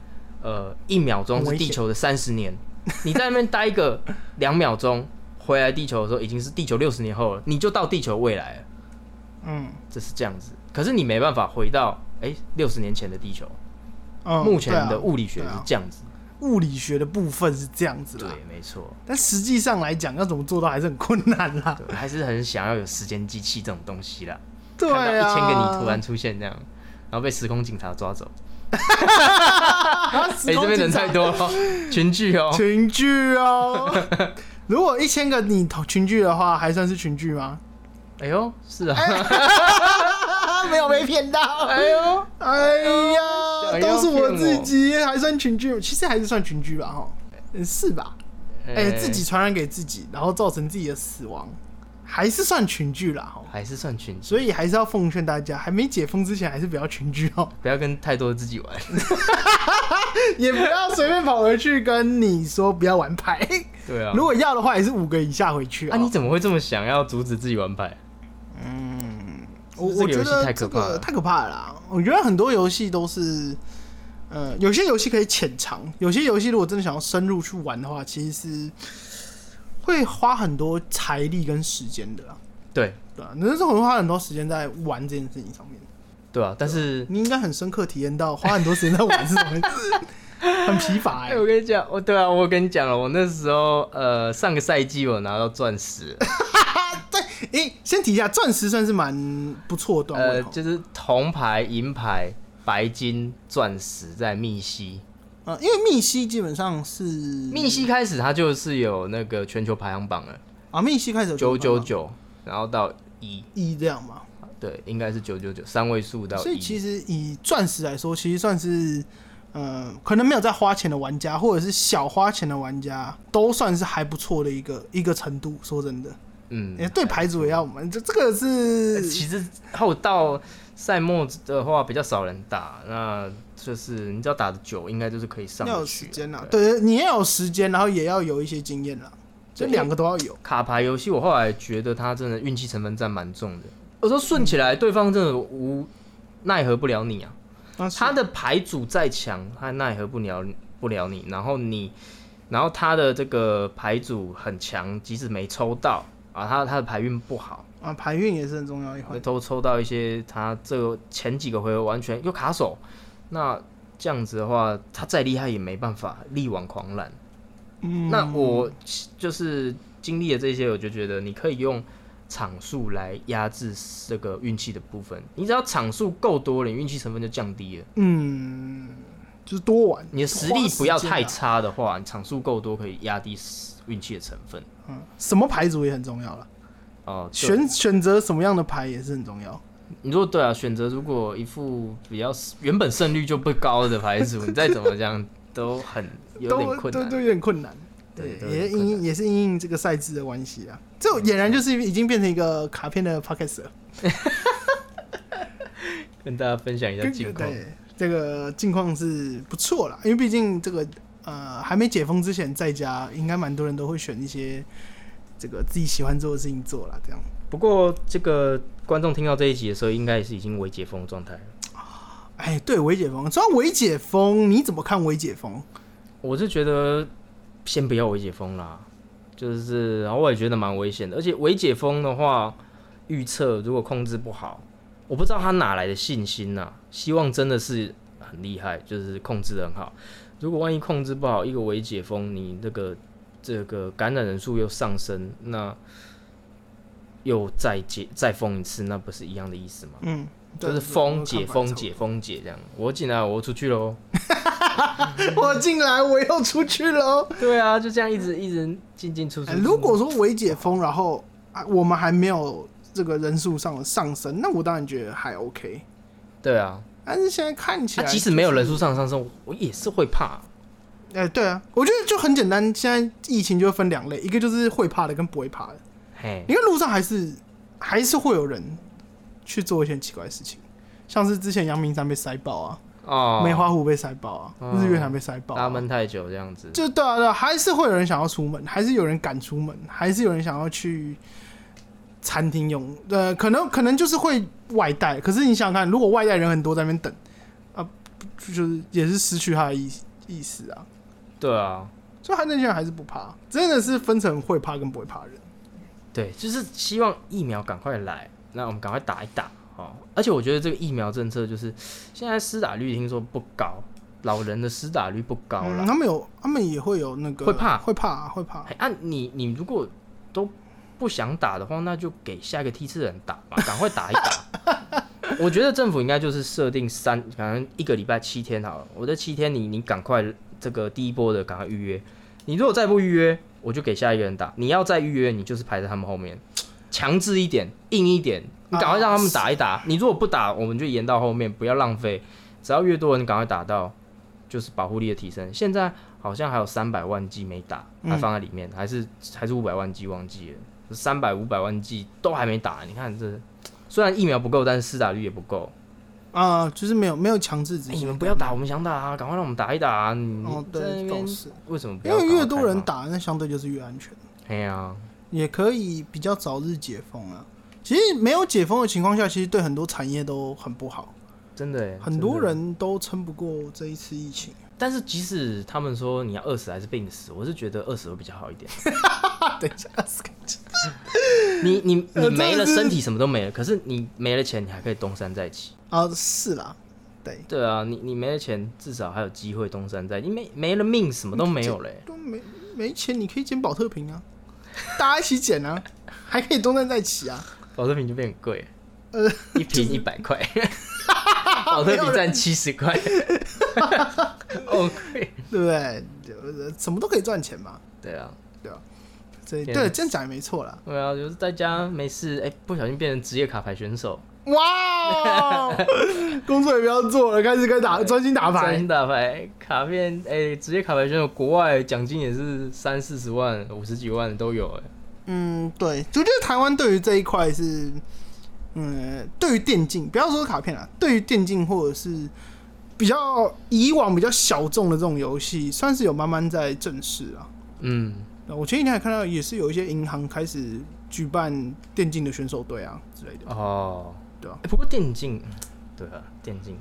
Speaker 1: 呃一秒钟是地球的三十年，你在那边待个两秒钟，回来地球的时候已经是地球六十年后了，你就到地球未来了，
Speaker 2: 嗯，
Speaker 1: 这是这样子。可是你没办法回到哎六十年前的地球，
Speaker 2: 嗯，
Speaker 1: 目前
Speaker 2: 对
Speaker 1: 的
Speaker 2: 啊
Speaker 1: 物理学
Speaker 2: 对
Speaker 1: 是
Speaker 2: 啊
Speaker 1: 这样子。
Speaker 2: 物理学的部分是这样子啦
Speaker 1: 对，，没错，
Speaker 2: 但实际上来讲，要怎么做到还是很困难啦。
Speaker 1: 对，还是很想要有时间机器这种东西啦。
Speaker 2: 对
Speaker 1: 看到
Speaker 2: 啊，
Speaker 1: 一千个你突然出现这样，然后被时空警察抓走。 哎、
Speaker 2: 哎
Speaker 1: 这边人太多了， 群聚哦。
Speaker 2: 群聚哦。 如果一千个你同群聚的话，还算是群聚 吗？
Speaker 1: 哎呦，是啊，
Speaker 2: 啊，没有被骗到。
Speaker 1: 哎 呦，
Speaker 2: 哎呀，
Speaker 1: 想要
Speaker 2: 都是我
Speaker 1: 哎骗
Speaker 2: 自
Speaker 1: 我
Speaker 2: 己，还算群聚，其实还是算群聚吧，哈，嗯是吧？
Speaker 1: 哎、
Speaker 2: 哎、自己传染给自己，然后造成自己的死亡，还是算群聚啦，哈。
Speaker 1: 哎还是算群聚，
Speaker 2: 所以还是要奉劝大家，还没解封之前，还是不要群聚哦。
Speaker 1: 不要跟太多自己玩。
Speaker 2: 也不要随便跑回去跟你说不要玩牌。
Speaker 1: 对啊
Speaker 2: 如，果要的话，也是五个以下回去
Speaker 1: 啊，
Speaker 2: 啊。
Speaker 1: 你怎么会这么想要阻止自己玩牌？
Speaker 2: 我
Speaker 1: 这
Speaker 2: 我
Speaker 1: 个
Speaker 2: 觉
Speaker 1: 游戏
Speaker 2: 得
Speaker 1: 太
Speaker 2: 这
Speaker 1: 可怕
Speaker 2: 个
Speaker 1: 了
Speaker 2: 太可怕了啦。我觉得很多游戏都是，呃，有些游戏可以潜藏，有些游戏如果真的想要深入去玩的话，其实是会花很多财力跟时间的啦。
Speaker 1: 对，
Speaker 2: 对啊，那是会花很多时间在玩这件事情上面。
Speaker 1: 对啊，但是，
Speaker 2: 你应该很深刻体验到花很多时间在玩是什么意思，很疲乏
Speaker 1: 哎、
Speaker 2: 哎、
Speaker 1: 我跟你讲，我对啊，我跟你讲了，我那时候呃上个赛季我拿到钻石，
Speaker 2: 对，诶、先提一下，钻石算是蛮不错的段位
Speaker 1: 呃，
Speaker 2: 哦、
Speaker 1: 就是铜牌、银牌、白金、钻石在密西。
Speaker 2: 呃，因为密西基本上是
Speaker 1: 嗯密西开始它就是有那个全球排行榜了，
Speaker 2: 啊，密西开始有
Speaker 1: 九九
Speaker 2: 999
Speaker 1: 九，然后到一，
Speaker 2: 一这样嘛。
Speaker 1: 对，应该是九九九，三位数到
Speaker 2: 所以
Speaker 1: 一。
Speaker 2: 其实以钻石来说，其实算是，呃，可能没有在花钱的玩家，或者是小花钱的玩家，都算是还不错的一个一个程度。说真的，
Speaker 1: 嗯
Speaker 2: 也、，对牌组也要玩，这这个
Speaker 1: 呃
Speaker 2: 是
Speaker 1: 其实后到赛末的话比较少人打，那就是你只要打的久，应该就是可以上
Speaker 2: 要
Speaker 1: 得
Speaker 2: 有
Speaker 1: 去
Speaker 2: 时
Speaker 1: 了。
Speaker 2: 间啊啦，对，你要有时间，然后也要有一些经验啦，这两个都要有。
Speaker 1: 卡牌游戏，我后来觉得它真的运气成分占蛮重的。有时候顺起来，对方真的无奈何不了你啊。
Speaker 2: 那
Speaker 1: 他的牌组再强，他奈何不了不了你。然后你，然后他的这个牌组很强，即使没抽到啊，他他的牌运不好，
Speaker 2: 啊，牌运也是很重要一环
Speaker 1: 会。偷抽到一些他这个前几个回合完全又卡手。那这样子的话，他再厉害也没办法力挽狂澜。
Speaker 2: 嗯，
Speaker 1: 那我就是经历了这些，我就觉得你可以用场数来压制这个运气的部分。你只要场数够多了，你运气成分就降低了。
Speaker 2: 嗯，就是多玩，
Speaker 1: 你的实力不要太
Speaker 2: 花时间啦。
Speaker 1: 差的话，你场数够多可以压低运气的成分。
Speaker 2: 嗯，什么牌组也很重要了，
Speaker 1: 哦、对
Speaker 2: 选选择什么样的牌也是很重要。
Speaker 1: 你说对啊，选择如果一副比较原本胜率就不高的牌组，你再怎么这样都很有点 困
Speaker 2: 都都
Speaker 1: 难。
Speaker 2: 都有点困难。
Speaker 1: 对
Speaker 2: 对，
Speaker 1: 都有
Speaker 2: 也
Speaker 1: 点困
Speaker 2: 因也是因应这个赛制的关系啊，这俨然就是已经变成一个卡片的 pocket 了。
Speaker 1: 跟大家分享一下近况。
Speaker 2: 对，这个近况是不错啦，因为毕竟这个呃还没解封之前，在家应该蛮多人都会选一些这个自己喜欢做的事情做啦，这样
Speaker 1: 不过这个观众听到这一集的时候，应该也是已经微解封的状态了。
Speaker 2: 哎，对，微解封，说到微解封，你怎么看微解封？
Speaker 1: 我是觉得先不要微解封啦，就是然后我也觉得蛮危险的，而且微解封的话，预测如果控制不好，我不知道他哪来的信心呐、希望真的是很厉害，就是控制的很好。如果万一控制不好，一个微解封，你那个这个感染人数又上升，那又再解再封一次，那不是一样的意思吗？
Speaker 2: 嗯，
Speaker 1: 就是
Speaker 2: 对
Speaker 1: 封解封，
Speaker 2: 我
Speaker 1: 解封解这样，我进来我出去喽。
Speaker 2: 的看法也差不多我进来，我又出 去喽。
Speaker 1: 对啊，就这样一直一直进进出出。
Speaker 2: 哎如果说未解封，然后啊，我们还没有这个人数上的上升，那我当然觉得还 OK。
Speaker 1: 对啊，
Speaker 2: 但是现在看起
Speaker 1: 他
Speaker 2: 来、
Speaker 1: 即使没有人，数上上升，我也是会怕。
Speaker 2: 哎、对啊，我觉得就很简单。现在疫情就分两类，一个就是会怕的跟不会怕的。
Speaker 1: 嘿，
Speaker 2: 你看路上还是还是会有人去做一些奇怪的事情，像是之前阳明山被塞爆啊，
Speaker 1: 哦，
Speaker 2: 梅花湖被塞爆啊，
Speaker 1: 哦
Speaker 2: 日月潭被塞爆、
Speaker 1: 大家
Speaker 2: 啊。
Speaker 1: 闷太久这样子，
Speaker 2: 就对啊，对啊，还是会有人想要出门，还是有人敢出门，还是有人想要去餐厅用。呃，可能可能就是会外带，可是你想想看，如果外带人很多在那边等，啊，不就是也是失去他的意意思啊。
Speaker 1: 对啊，
Speaker 2: 所以他那些人还是不怕，真的是分成会怕跟不会怕的人。
Speaker 1: 对，就是希望疫苗赶快来，那我们赶快打一打哦。而且我觉得这个疫苗政策就是现在施打率听说不高，老人的施打率不高
Speaker 2: 嗯，
Speaker 1: 啦。
Speaker 2: 他们有，他们也会有那个
Speaker 1: 会怕
Speaker 2: 会怕啊、会怕啊、
Speaker 1: 嘿啊，你你如果都不想打的话，那就给下一个梯次的人打嘛， 赶快打一打。我觉得政府应该就是设定三，可能一个礼拜七天好了。我这七天你你赶快这个第一波的赶快预约，你如果再不预约，我就给下一个人打。你要再预约，你就是排在他们后面，强制一点，硬一点，你赶快让他们打一
Speaker 2: 啊
Speaker 1: 打。你如果不打，我们就延到后面，不要浪费。只要越多人赶快打到，就是保护力的提升。现在好像还有三百万剂没打，
Speaker 2: 嗯
Speaker 1: 还放在里面，还是还是五百万剂忘记了，三百五百万剂都还没打。你看这，虽然疫苗不够，但是施打率也不够。
Speaker 2: 啊、就是没有没有强制执
Speaker 1: 哎
Speaker 2: 行、
Speaker 1: 你们不要打，我们想打啊，赶快让我们打一打啊！你
Speaker 2: 哦，
Speaker 1: 在
Speaker 2: 对，
Speaker 1: 那
Speaker 2: 倒
Speaker 1: 边
Speaker 2: 是，
Speaker 1: 为什么不
Speaker 2: 因
Speaker 1: 要
Speaker 2: 为越多人
Speaker 1: 赶快
Speaker 2: 打，那相对就是越安全。
Speaker 1: 开放，哎呀，
Speaker 2: 也可以比较早日解封啊。其实没有解封的情况下，其实对很多产业都很不好，
Speaker 1: 真的耶
Speaker 2: 很多。
Speaker 1: 哎真的
Speaker 2: 人都撑不过这一次疫情。
Speaker 1: 但是即使他们说你要饿死还是病死，我是觉得饿死会比较好一 点。
Speaker 2: 啊等一下，
Speaker 1: 你你你
Speaker 2: 呃真的
Speaker 1: 没了
Speaker 2: 是
Speaker 1: 身体什么都没了，可是你没了钱，你还可以东山再起。
Speaker 2: 啊，是啦，对，
Speaker 1: 对啊，你你没了钱，至少还有机会东山再起。你没没了命，什么都没有嘞、
Speaker 2: 都没没钱，你可以捡保特瓶啊， 大家一起捡啊， 还可以东山再起啊。
Speaker 1: 保特瓶就变很贵，
Speaker 2: 呃，
Speaker 1: 一瓶一百 块，保特瓶占七十块， 哦，贵。
Speaker 2: 对不对？呃什么都可以赚钱嘛，
Speaker 1: 对啊，
Speaker 2: 对吧、这
Speaker 1: 天
Speaker 2: 对这样讲也没错啦。
Speaker 1: 对啊，就是在家没事，哎、不小心变成职业卡牌选手，
Speaker 2: 哇哦，工作也不要做了，开始该打专心打
Speaker 1: 专
Speaker 2: 牌
Speaker 1: 心。打牌，卡片，哎、职业卡牌选手，国外奖金也是三四十万、五十几万都有、哎，
Speaker 2: 嗯，对，我觉得台湾对于这一块是，嗯，对于电竞，不要说卡片啦，对于电竞或者是比较以往比较小众的这种游戏，算是有慢慢在正视啊。
Speaker 1: 嗯，
Speaker 2: 那我前几天还看到，也是有一些银行开始举办电竞的选手队啊之类的。
Speaker 1: 哦，
Speaker 2: 对啊
Speaker 1: 哎不过电竞，嗯对啊，电竞，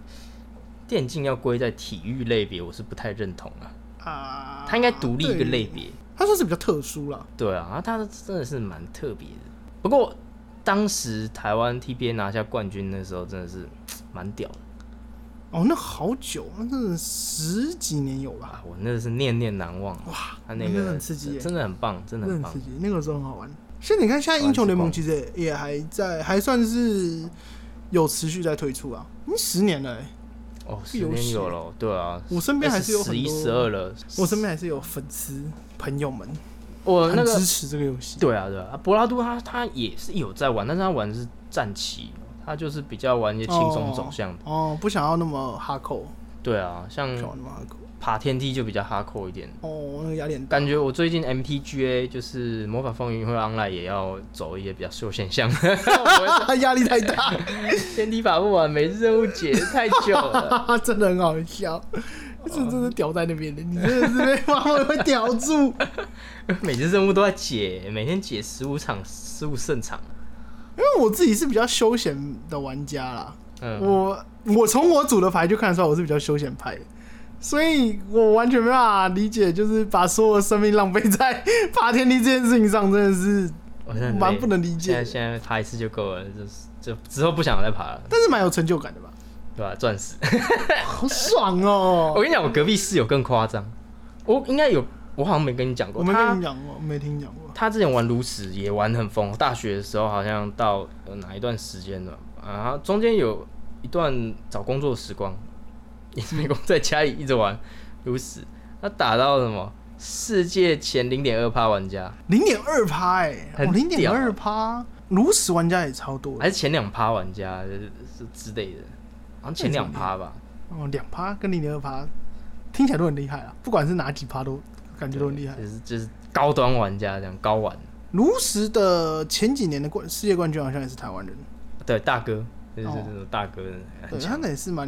Speaker 1: 电竞要归在体育类别，我是不太认同啊，
Speaker 2: 啊，
Speaker 1: 它应该独立一个类
Speaker 2: 对，
Speaker 1: 别，
Speaker 2: 它算是比较特殊啦。
Speaker 1: 对啊，它真的是蛮特别的。不过当时台湾 TBA 拿下冠军那时候，真的是蛮屌的。
Speaker 2: 哦，那好久，那真的十几年有吧？
Speaker 1: 啊，我那是念念难忘哇！他那
Speaker 2: 那
Speaker 1: 个
Speaker 2: 个很刺激耶
Speaker 1: 真的很棒，真的
Speaker 2: 那
Speaker 1: 很
Speaker 2: 很
Speaker 1: 棒
Speaker 2: 刺。激，那个时候很好玩。现在你看，现在英雄联盟
Speaker 1: 玩
Speaker 2: 其实也也还在，还算是有持续在推出啊。你十年了、欸，
Speaker 1: 哦，
Speaker 2: 这
Speaker 1: 十
Speaker 2: 游戏
Speaker 1: 年有了，对啊，
Speaker 2: 我身边还是有
Speaker 1: 十
Speaker 2: 很
Speaker 1: 一、
Speaker 2: 多，
Speaker 1: 十二了。
Speaker 2: 我身边还是有粉丝朋友们
Speaker 1: 我
Speaker 2: 很
Speaker 1: 呃那个
Speaker 2: 支持这个游戏。
Speaker 1: 对啊，对啊，啊博拉多他他也是有在玩，但是他玩的是战棋，他就是比较玩一些轻松走向的。
Speaker 2: 哦，不想要那么哈扣，
Speaker 1: 对啊，像
Speaker 2: 不想要那么哈扣。
Speaker 1: 爬天梯就比较哈扣一点。
Speaker 2: 哦，那个雅典
Speaker 1: 感觉我最近 MTGA 就是魔法风云会 online 也要走一些比较秀现象，
Speaker 2: 大， 压力太大，
Speaker 1: 天梯法不完，每日任务解太久了。
Speaker 2: 哈哈，真的很好笑。这真的屌在那边的，你真的是被妈妈会屌住。
Speaker 1: 每次任务都在解，每天解十五场，十五胜场。
Speaker 2: 因为我自己是比较休闲的玩家啦，
Speaker 1: 嗯，
Speaker 2: 我我从我组的牌就看得出来我是比较休闲派的，所以我完全没办法理解，就是把所有的生命浪费在 爬天梯这件事情上，真的是
Speaker 1: 我真的很累
Speaker 2: 蛮不能理
Speaker 1: 现在
Speaker 2: 解的，
Speaker 1: 现在爬一次就够了，就是就之后不想再爬了，
Speaker 2: 但是蛮有成就感的吧？
Speaker 1: 对吧、钻石，
Speaker 2: 好爽
Speaker 1: 我
Speaker 2: 哦！
Speaker 1: 跟你讲，我隔壁室友更夸张，我应该有，我好像没跟你讲过，
Speaker 2: 我没跟
Speaker 1: 他
Speaker 2: 你讲过，没听你讲过。
Speaker 1: 他之前玩炉石也玩很疯，大学的时候好像到呃哪一段时间了啊，中间有一段找工作的时光， 也是没工作在家里一直玩炉石，他打到什么世界前零点二趴玩家，
Speaker 2: 零点二趴哎，
Speaker 1: 很
Speaker 2: 哦，零点
Speaker 1: 屌
Speaker 2: 二趴，炉石玩家也超多的
Speaker 1: 还是前两趴玩家就是是之类的，好像前两趴吧。
Speaker 2: 哦，两趴跟零点二趴听起来都很厉害啊，不管是哪几趴都感觉都很厉害
Speaker 1: 就。是就是高端玩家这样高玩。
Speaker 2: 炉石的前几年的冠世界冠军好像也是台湾人。
Speaker 1: 对，大哥，就是
Speaker 2: 哦
Speaker 1: 这种大哥很
Speaker 2: 对，他
Speaker 1: 强。
Speaker 2: 那也是蛮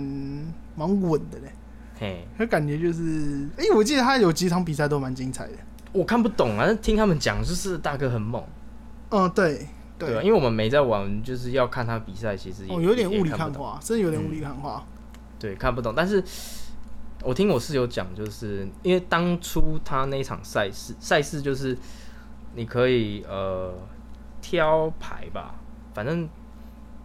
Speaker 2: 蛮稳的嘞，
Speaker 1: 嘿，
Speaker 2: 他感觉就是，哎、我记得他有几场比赛都蛮精彩的。
Speaker 1: 我看不懂啊，但听他们讲就是大哥很猛，
Speaker 2: 嗯，对对，
Speaker 1: 对啊，因为我们没在玩，就是要看他比赛，其实也
Speaker 2: 哦，有点雾
Speaker 1: 也
Speaker 2: 里
Speaker 1: 看
Speaker 2: 看
Speaker 1: 不懂，
Speaker 2: 花，真的有点雾里看花。
Speaker 1: 对，看不懂。但是我听我室友讲，就是因为当初他那一场赛事，赛事就是你可以呃挑牌吧，反正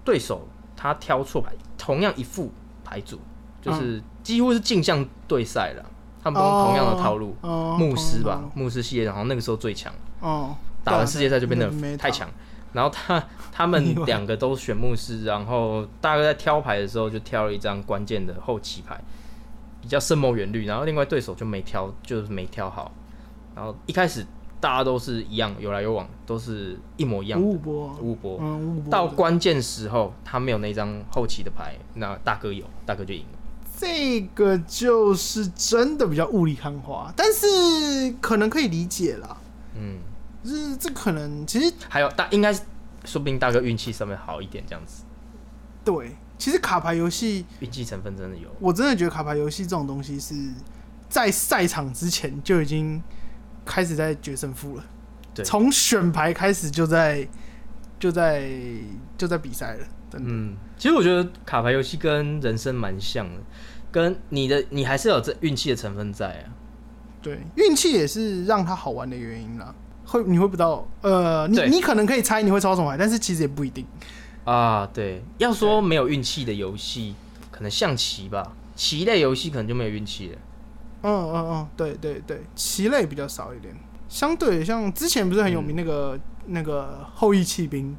Speaker 1: 对手他挑错牌，同样一副牌组，
Speaker 2: 嗯
Speaker 1: 就是几乎是镜像对赛了，他们都用同样的套路。
Speaker 2: 哦，
Speaker 1: 嗯牧师吧
Speaker 2: 同样，
Speaker 1: 牧师系列，然后那个时候最强，
Speaker 2: 的套路，哦，
Speaker 1: 打完世界赛就变
Speaker 2: 那个
Speaker 1: 得
Speaker 2: meta
Speaker 1: 太强。然后他 他们两个都选牧师，然后大概在挑牌的时候就挑了一张关键的后期牌，比较深谋远虑。然后另外对手就没挑，就是没挑好。然后一开始大家都是一样，有来有往，都是一模一样的
Speaker 2: 五五波，
Speaker 1: 五五波。
Speaker 2: 嗯，五五波
Speaker 1: 到
Speaker 2: 的
Speaker 1: 关键时候，他没有那张后期的牌，那大哥有，大哥就赢了。
Speaker 2: 这个就是真的比较雾里看花，但是可能可以理解啦，
Speaker 1: 嗯，
Speaker 2: 就是这可能其实
Speaker 1: 还有大应该是说不定大哥运气稍微好一点，这样子
Speaker 2: 对，其实卡牌游戏
Speaker 1: 运气成分真的有。
Speaker 2: 我真的觉得卡牌游戏这种东西是在赛场之前就已经开始在决胜负了，
Speaker 1: 对
Speaker 2: 从选牌开始就在就在就在比赛了，真的。
Speaker 1: 嗯，其实我觉得卡牌游戏跟人生蛮像的，跟你的你还是有这运气的成分在啊。
Speaker 2: 对，运气也是让它好玩的原因啦。会你会不知道，呃，你
Speaker 1: 对
Speaker 2: 你可能可以猜你会抽什么牌，但是其实也不一定。
Speaker 1: 啊，对，要说没有运气的游戏，可能象棋吧，棋类游戏可能就没有运气了。
Speaker 2: 嗯嗯嗯，对对对，棋类比较少一点。相对像之前不是很有名那个、那个后羿弃兵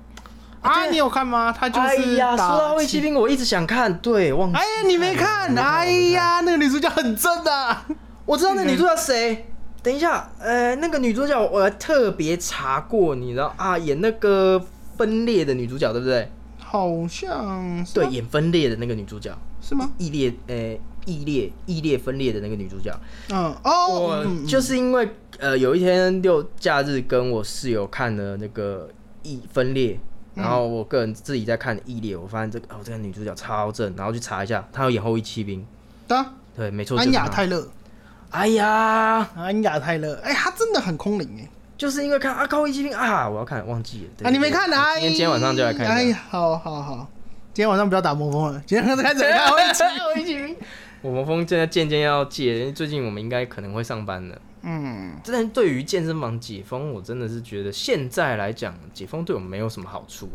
Speaker 1: 啊
Speaker 2: 啊，
Speaker 1: 对
Speaker 2: 你有看吗？他就
Speaker 1: 哎
Speaker 2: 是
Speaker 1: 呀，说
Speaker 2: 打
Speaker 1: 到卫
Speaker 2: 棋
Speaker 1: 骑兵，我一直想看，对，忘记
Speaker 2: 哎哎呀，你没看？
Speaker 1: 我没看
Speaker 2: 哎呀，那个女主角很正的、啊，
Speaker 1: 我知道那女主角谁，等一下，呃，那个女主角我特别查过，你知道啊，演那个分裂的女主角对不对？
Speaker 2: 好像是
Speaker 1: 对，
Speaker 2: 吗
Speaker 1: 演分裂的那个女主角，
Speaker 2: 是吗？
Speaker 1: 异裂，呃，异裂，异裂分裂的那个女主角。
Speaker 2: 嗯哦
Speaker 1: 我，
Speaker 2: 嗯嗯
Speaker 1: 就是因为呃有一天六假日跟我室友看了那个异分裂，
Speaker 2: 嗯
Speaker 1: 然后我个人自己在看异裂，我发现这个哦这个女主角超正，然后去查一下，她有演《后裔骑兵》，
Speaker 2: 对啊，
Speaker 1: 对，没错，就
Speaker 2: 安
Speaker 1: 是
Speaker 2: 雅
Speaker 1: 她
Speaker 2: 泰勒，
Speaker 1: 哎呀，
Speaker 2: 安雅泰勒，哎，他真的很空灵哎，
Speaker 1: 就是因为看啊《后裔骑兵》啊，我要看忘记了，对
Speaker 2: 啊，你没看的，
Speaker 1: 我
Speaker 2: 哎
Speaker 1: 今天今天晚上就来看
Speaker 2: 哎
Speaker 1: 一下，
Speaker 2: 呀，好好好，今天晚上不要打魔风了，今天开始看会 吃
Speaker 1: 后裔骑兵》。我们风现在渐渐要戒，因为最近我们应该可能会上班了。
Speaker 2: 嗯，
Speaker 1: 但是对于健身房解封，我真的是觉得现在来讲，解封对我们没有什么好处。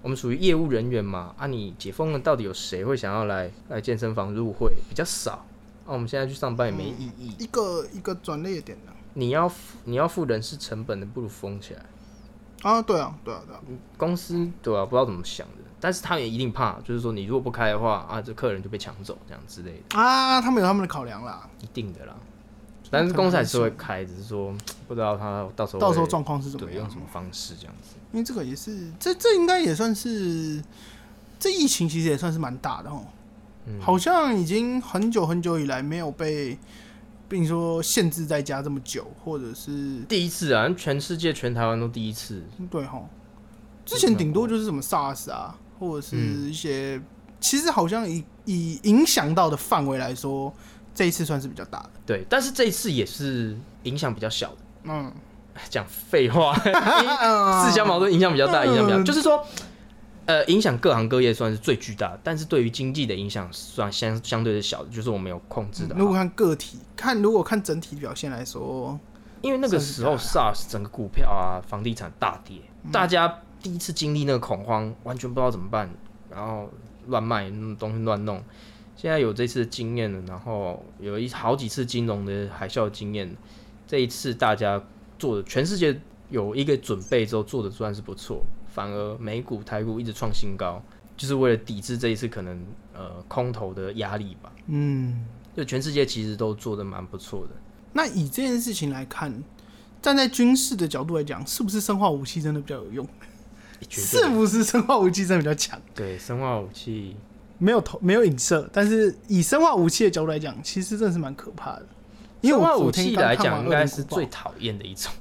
Speaker 1: 我们属于业务人员嘛，啊，你解封了，到底有谁会想要来来健身房入会？比较少。啊，我们现在去上班也没意义。
Speaker 2: 一个一个转捩点啊的
Speaker 1: 你要付你要付人事成本的，不如封起来。
Speaker 2: 啊，对啊，对啊，对啊，
Speaker 1: 公司对啊，不知道怎么想的，但是他们也一定怕，就是说你如果不开的话，啊，这客人就被抢走这样之类的，
Speaker 2: 啊，他们有他们的考量啦，
Speaker 1: 一定的啦。但是公司还是会开，只是说不知道他到时候
Speaker 2: 到时候
Speaker 1: 会
Speaker 2: 状况是怎么
Speaker 1: 对啊
Speaker 2: 样
Speaker 1: 用？什么方式这样子。
Speaker 2: 因为这个也是，这这应该也算是，这疫情其实也算是蛮大的哦，
Speaker 1: 嗯
Speaker 2: 好像已经很久很久以来没有被，并说限制在家这么久，或者是
Speaker 1: 第一次啊，全世界全台湾都第一次。
Speaker 2: 对吼，之前顶多就是什么 SARS 啊，或者是
Speaker 1: 嗯
Speaker 2: 一些，其实好像以以影响到的范围来说，这一次算是比较大的，
Speaker 1: 对，但是这一次也是影响比较小的。
Speaker 2: 嗯，
Speaker 1: 讲废话，
Speaker 2: 啊
Speaker 1: 自相矛盾，影响比较大，影响比较，
Speaker 2: 嗯
Speaker 1: 就是说，呃，影响各行各业算是最巨大，但是对于经济的影响算相相对是小的，就是我们有控制的
Speaker 2: 嗯如果
Speaker 1: 好。
Speaker 2: 看个体，看如果看整体表现来说，
Speaker 1: 因为那个时候 SARS 整个股票啊、房地产大跌，大家第一次经历那个恐慌，完全不知道怎么办，然后乱卖嗯东西乱弄。现在有这次的经验了，然后有一好几次金融的海啸经验，这一次大家做的全世界有一个准备之后做的算是不错，反而美股、台股一直创新高，就是为了抵制这一次可能呃空头的压力吧。
Speaker 2: 嗯，
Speaker 1: 就全世界其实都做的蛮不错的。
Speaker 2: 那以这件事情来看，站在军事的角度来讲，是不是生化武器真的比较有用？
Speaker 1: 欸绝对
Speaker 2: 是不是生化武器真的比较强？
Speaker 1: 对生化武器
Speaker 2: 没有投，没有影射，但是以生化武器的角度来讲，其实真的是蛮可怕的。因为
Speaker 1: 生化
Speaker 2: 我
Speaker 1: 武
Speaker 2: 昨天
Speaker 1: 器
Speaker 2: 刚
Speaker 1: 来
Speaker 2: 看完
Speaker 1: 讲，
Speaker 2: 《
Speaker 1: 应
Speaker 2: 恶
Speaker 1: 该
Speaker 2: 灵
Speaker 1: 是
Speaker 2: 古堡
Speaker 1: 最讨厌的一 种。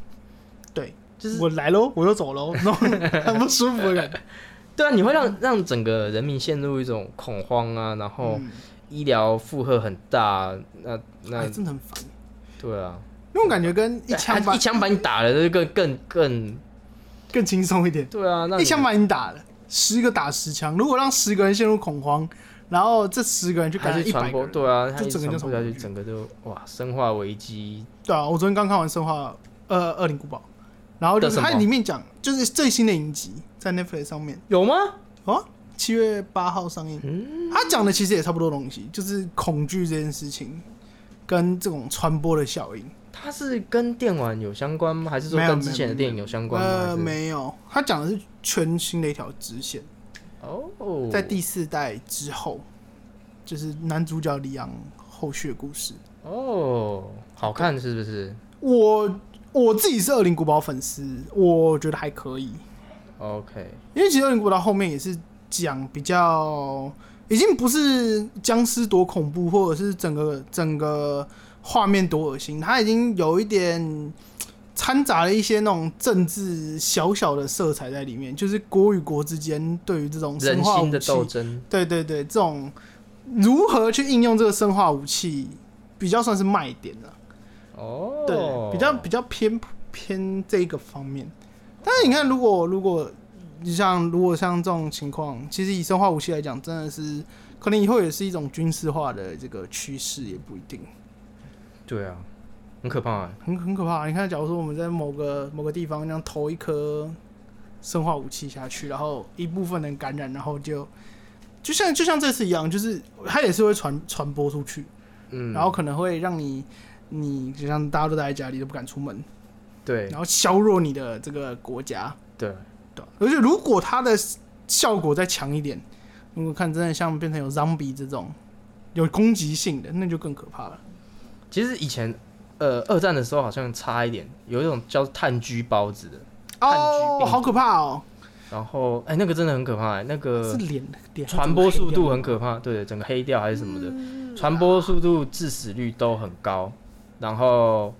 Speaker 2: 对，
Speaker 1: 就是
Speaker 2: 我来喽，我又 走喽，那种很不舒服的感觉。
Speaker 1: 对啊，你会让让整个人民陷入一种恐慌啊，然后
Speaker 2: 嗯
Speaker 1: 医疗负荷很大，那
Speaker 2: 哎，
Speaker 1: 那
Speaker 2: 真的很烦，
Speaker 1: 对啊，
Speaker 2: 那种感觉跟一枪
Speaker 1: 哎
Speaker 2: 把
Speaker 1: 一枪把你打了，就更更更
Speaker 2: 更轻松一点。
Speaker 1: 对啊，那
Speaker 2: 一
Speaker 1: 你
Speaker 2: 枪把你打了，十个打十枪，如果让十个人陷入恐慌，然后这十个人就感
Speaker 1: 还
Speaker 2: 染
Speaker 1: 是
Speaker 2: 一百
Speaker 1: 传
Speaker 2: 个
Speaker 1: 播，
Speaker 2: 人，
Speaker 1: 对啊，它
Speaker 2: 就
Speaker 1: 一直
Speaker 2: 整个
Speaker 1: 传
Speaker 2: 就
Speaker 1: 播下
Speaker 2: 传播
Speaker 1: 去，
Speaker 2: 出去
Speaker 1: 整个都哇，生化危机
Speaker 2: 对啊，我昨天刚看完《生化》呃《恶灵古堡》，然后就是
Speaker 1: 的什么
Speaker 2: 它里面讲就是最新的影集在 Netflix 上面
Speaker 1: 有吗？
Speaker 2: 哦，七月八号上映。它讲的其实也差不多东西，就是恐惧这件事情跟这种传播的效应。
Speaker 1: 它是跟电玩有相关吗？还是说
Speaker 2: 没有
Speaker 1: 跟
Speaker 2: 没有
Speaker 1: 之前的电影有相关吗？
Speaker 2: 呃，
Speaker 1: 还是
Speaker 2: 没有，它讲的是全新的一条支线，
Speaker 1: 哦，
Speaker 2: 在第四代之后，就是男主角李昂后续的故事。
Speaker 1: 哦，好看是不是
Speaker 2: 我我自己是《恶灵古堡》粉丝，我觉得还可以。
Speaker 1: ？OK，
Speaker 2: 因为其实《恶灵古堡》后面也是讲比较，已经不是僵尸多恐怖，或者是整个整个画面多恶心，它已经有一点掺杂了一些那种政治小小的色彩在里面，就是国与国之间对于这种生
Speaker 1: 人
Speaker 2: 化武
Speaker 1: 心
Speaker 2: 器
Speaker 1: 的斗争。
Speaker 2: 对对对，这种如何去应用这个生化武器，比较算是卖点了、
Speaker 1: 哦，
Speaker 2: 对，比较比较偏偏这一个方面。但是你看，如果如果你像如果像这种情况，其实以生化武器来讲，真的是可能以后也是一种军事化的这个趋势，也不一定，
Speaker 1: 对啊，很可怕啊。
Speaker 2: 很很可怕。你看，假如说我们在某个某个地方这样投一颗生化武器下去，然后一部分人感染，然后就。就像就像这次一样，就是它也是会传传播出去，
Speaker 1: 嗯，
Speaker 2: 然后可能会让你你就像大家都待在家里都不敢出门，
Speaker 1: 对
Speaker 2: 然后削弱你的这个国家，
Speaker 1: 对，
Speaker 2: 对吧而且如果它的效果再强一点，如果看真的像变成有 zombie 这种有攻击性的，那就更可怕了。
Speaker 1: 其实以前呃二战的时候好像差一点，有一种叫炭疽包子的，炭疽
Speaker 2: 哦，
Speaker 1: 病
Speaker 2: 好可怕哦，
Speaker 1: 然后哎、那个真的很可怕、那
Speaker 2: 是
Speaker 1: 个
Speaker 2: 脸
Speaker 1: 呃
Speaker 2: 脸
Speaker 1: 传播速度很可怕，对，整个黑掉还是什么的，传播速度、致死率都很高。然后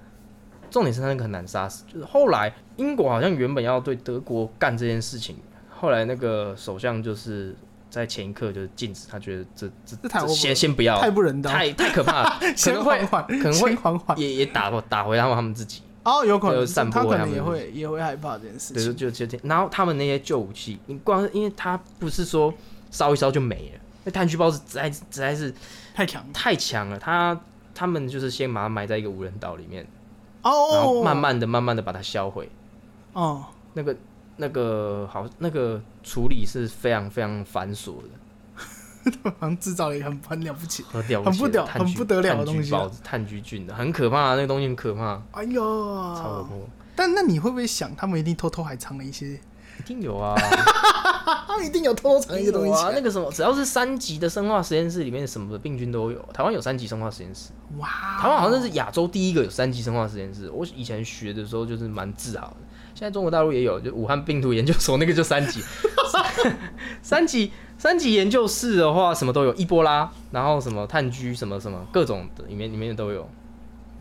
Speaker 1: 重点是它那个很难杀死，就是后来英国好像原本要对德国干这件事情，后来那个首相就是在前一刻就是禁止，他觉得这这
Speaker 2: 这太
Speaker 1: 这
Speaker 2: over
Speaker 1: 先先不要，
Speaker 2: 啊太不人道，
Speaker 1: 太太可怕了，可
Speaker 2: 先
Speaker 1: 能会
Speaker 2: 缓缓，
Speaker 1: 可能会
Speaker 2: 先缓缓。
Speaker 1: 也也打打回他们他们自己。
Speaker 2: 哦，有可
Speaker 1: 就
Speaker 2: 能
Speaker 1: 是散播
Speaker 2: 他可
Speaker 1: 他
Speaker 2: 能
Speaker 1: 们
Speaker 2: 也
Speaker 1: 的
Speaker 2: 会也会害怕这件事
Speaker 1: 对，就
Speaker 2: 情。
Speaker 1: 就就这样然后他们那些旧武器，你光因为它不是说烧一烧就没了，那炭疽包是实在实在是
Speaker 2: 太强了
Speaker 1: 太强了，它他们就是先把它埋在一个无人岛里面，然后
Speaker 2: 哦，
Speaker 1: 慢慢的、慢慢的把它销毁。
Speaker 2: 哦，
Speaker 1: 那个、那个好，那个处理是非常非常繁琐的，
Speaker 2: 好像制造了一个很很了不起。
Speaker 1: 很了
Speaker 2: 很
Speaker 1: 起
Speaker 2: 不
Speaker 1: 的
Speaker 2: 屌
Speaker 1: 炭疽
Speaker 2: 很不得了的东西
Speaker 1: 炭
Speaker 2: 啊
Speaker 1: 疽包子、炭疽菌的，很可怕，那个东西很可怕，
Speaker 2: 哎
Speaker 1: 超可
Speaker 2: 呦
Speaker 1: 怕，，
Speaker 2: 但那你会不会想，他们一定偷偷还藏了一些，
Speaker 1: 一定有 啊。
Speaker 2: 他们一定有偷偷藏一些东西
Speaker 1: 有
Speaker 2: 起
Speaker 1: 啊，那
Speaker 2: 来。
Speaker 1: 个什么，只要是三级的生化实验室里面，什么病菌都有。台湾有三级生化实验室，
Speaker 2: 哇，
Speaker 1: 台湾好像是亚洲第一个有三级生化实验室。我以前学的时候就是蛮自豪的，现在中国大陆也有，就武汉病毒研究所那个就三级， 三级三级研究室的话，什么都有，伊波拉，然后什么炭疽，什么什么各种的，里面里面都有，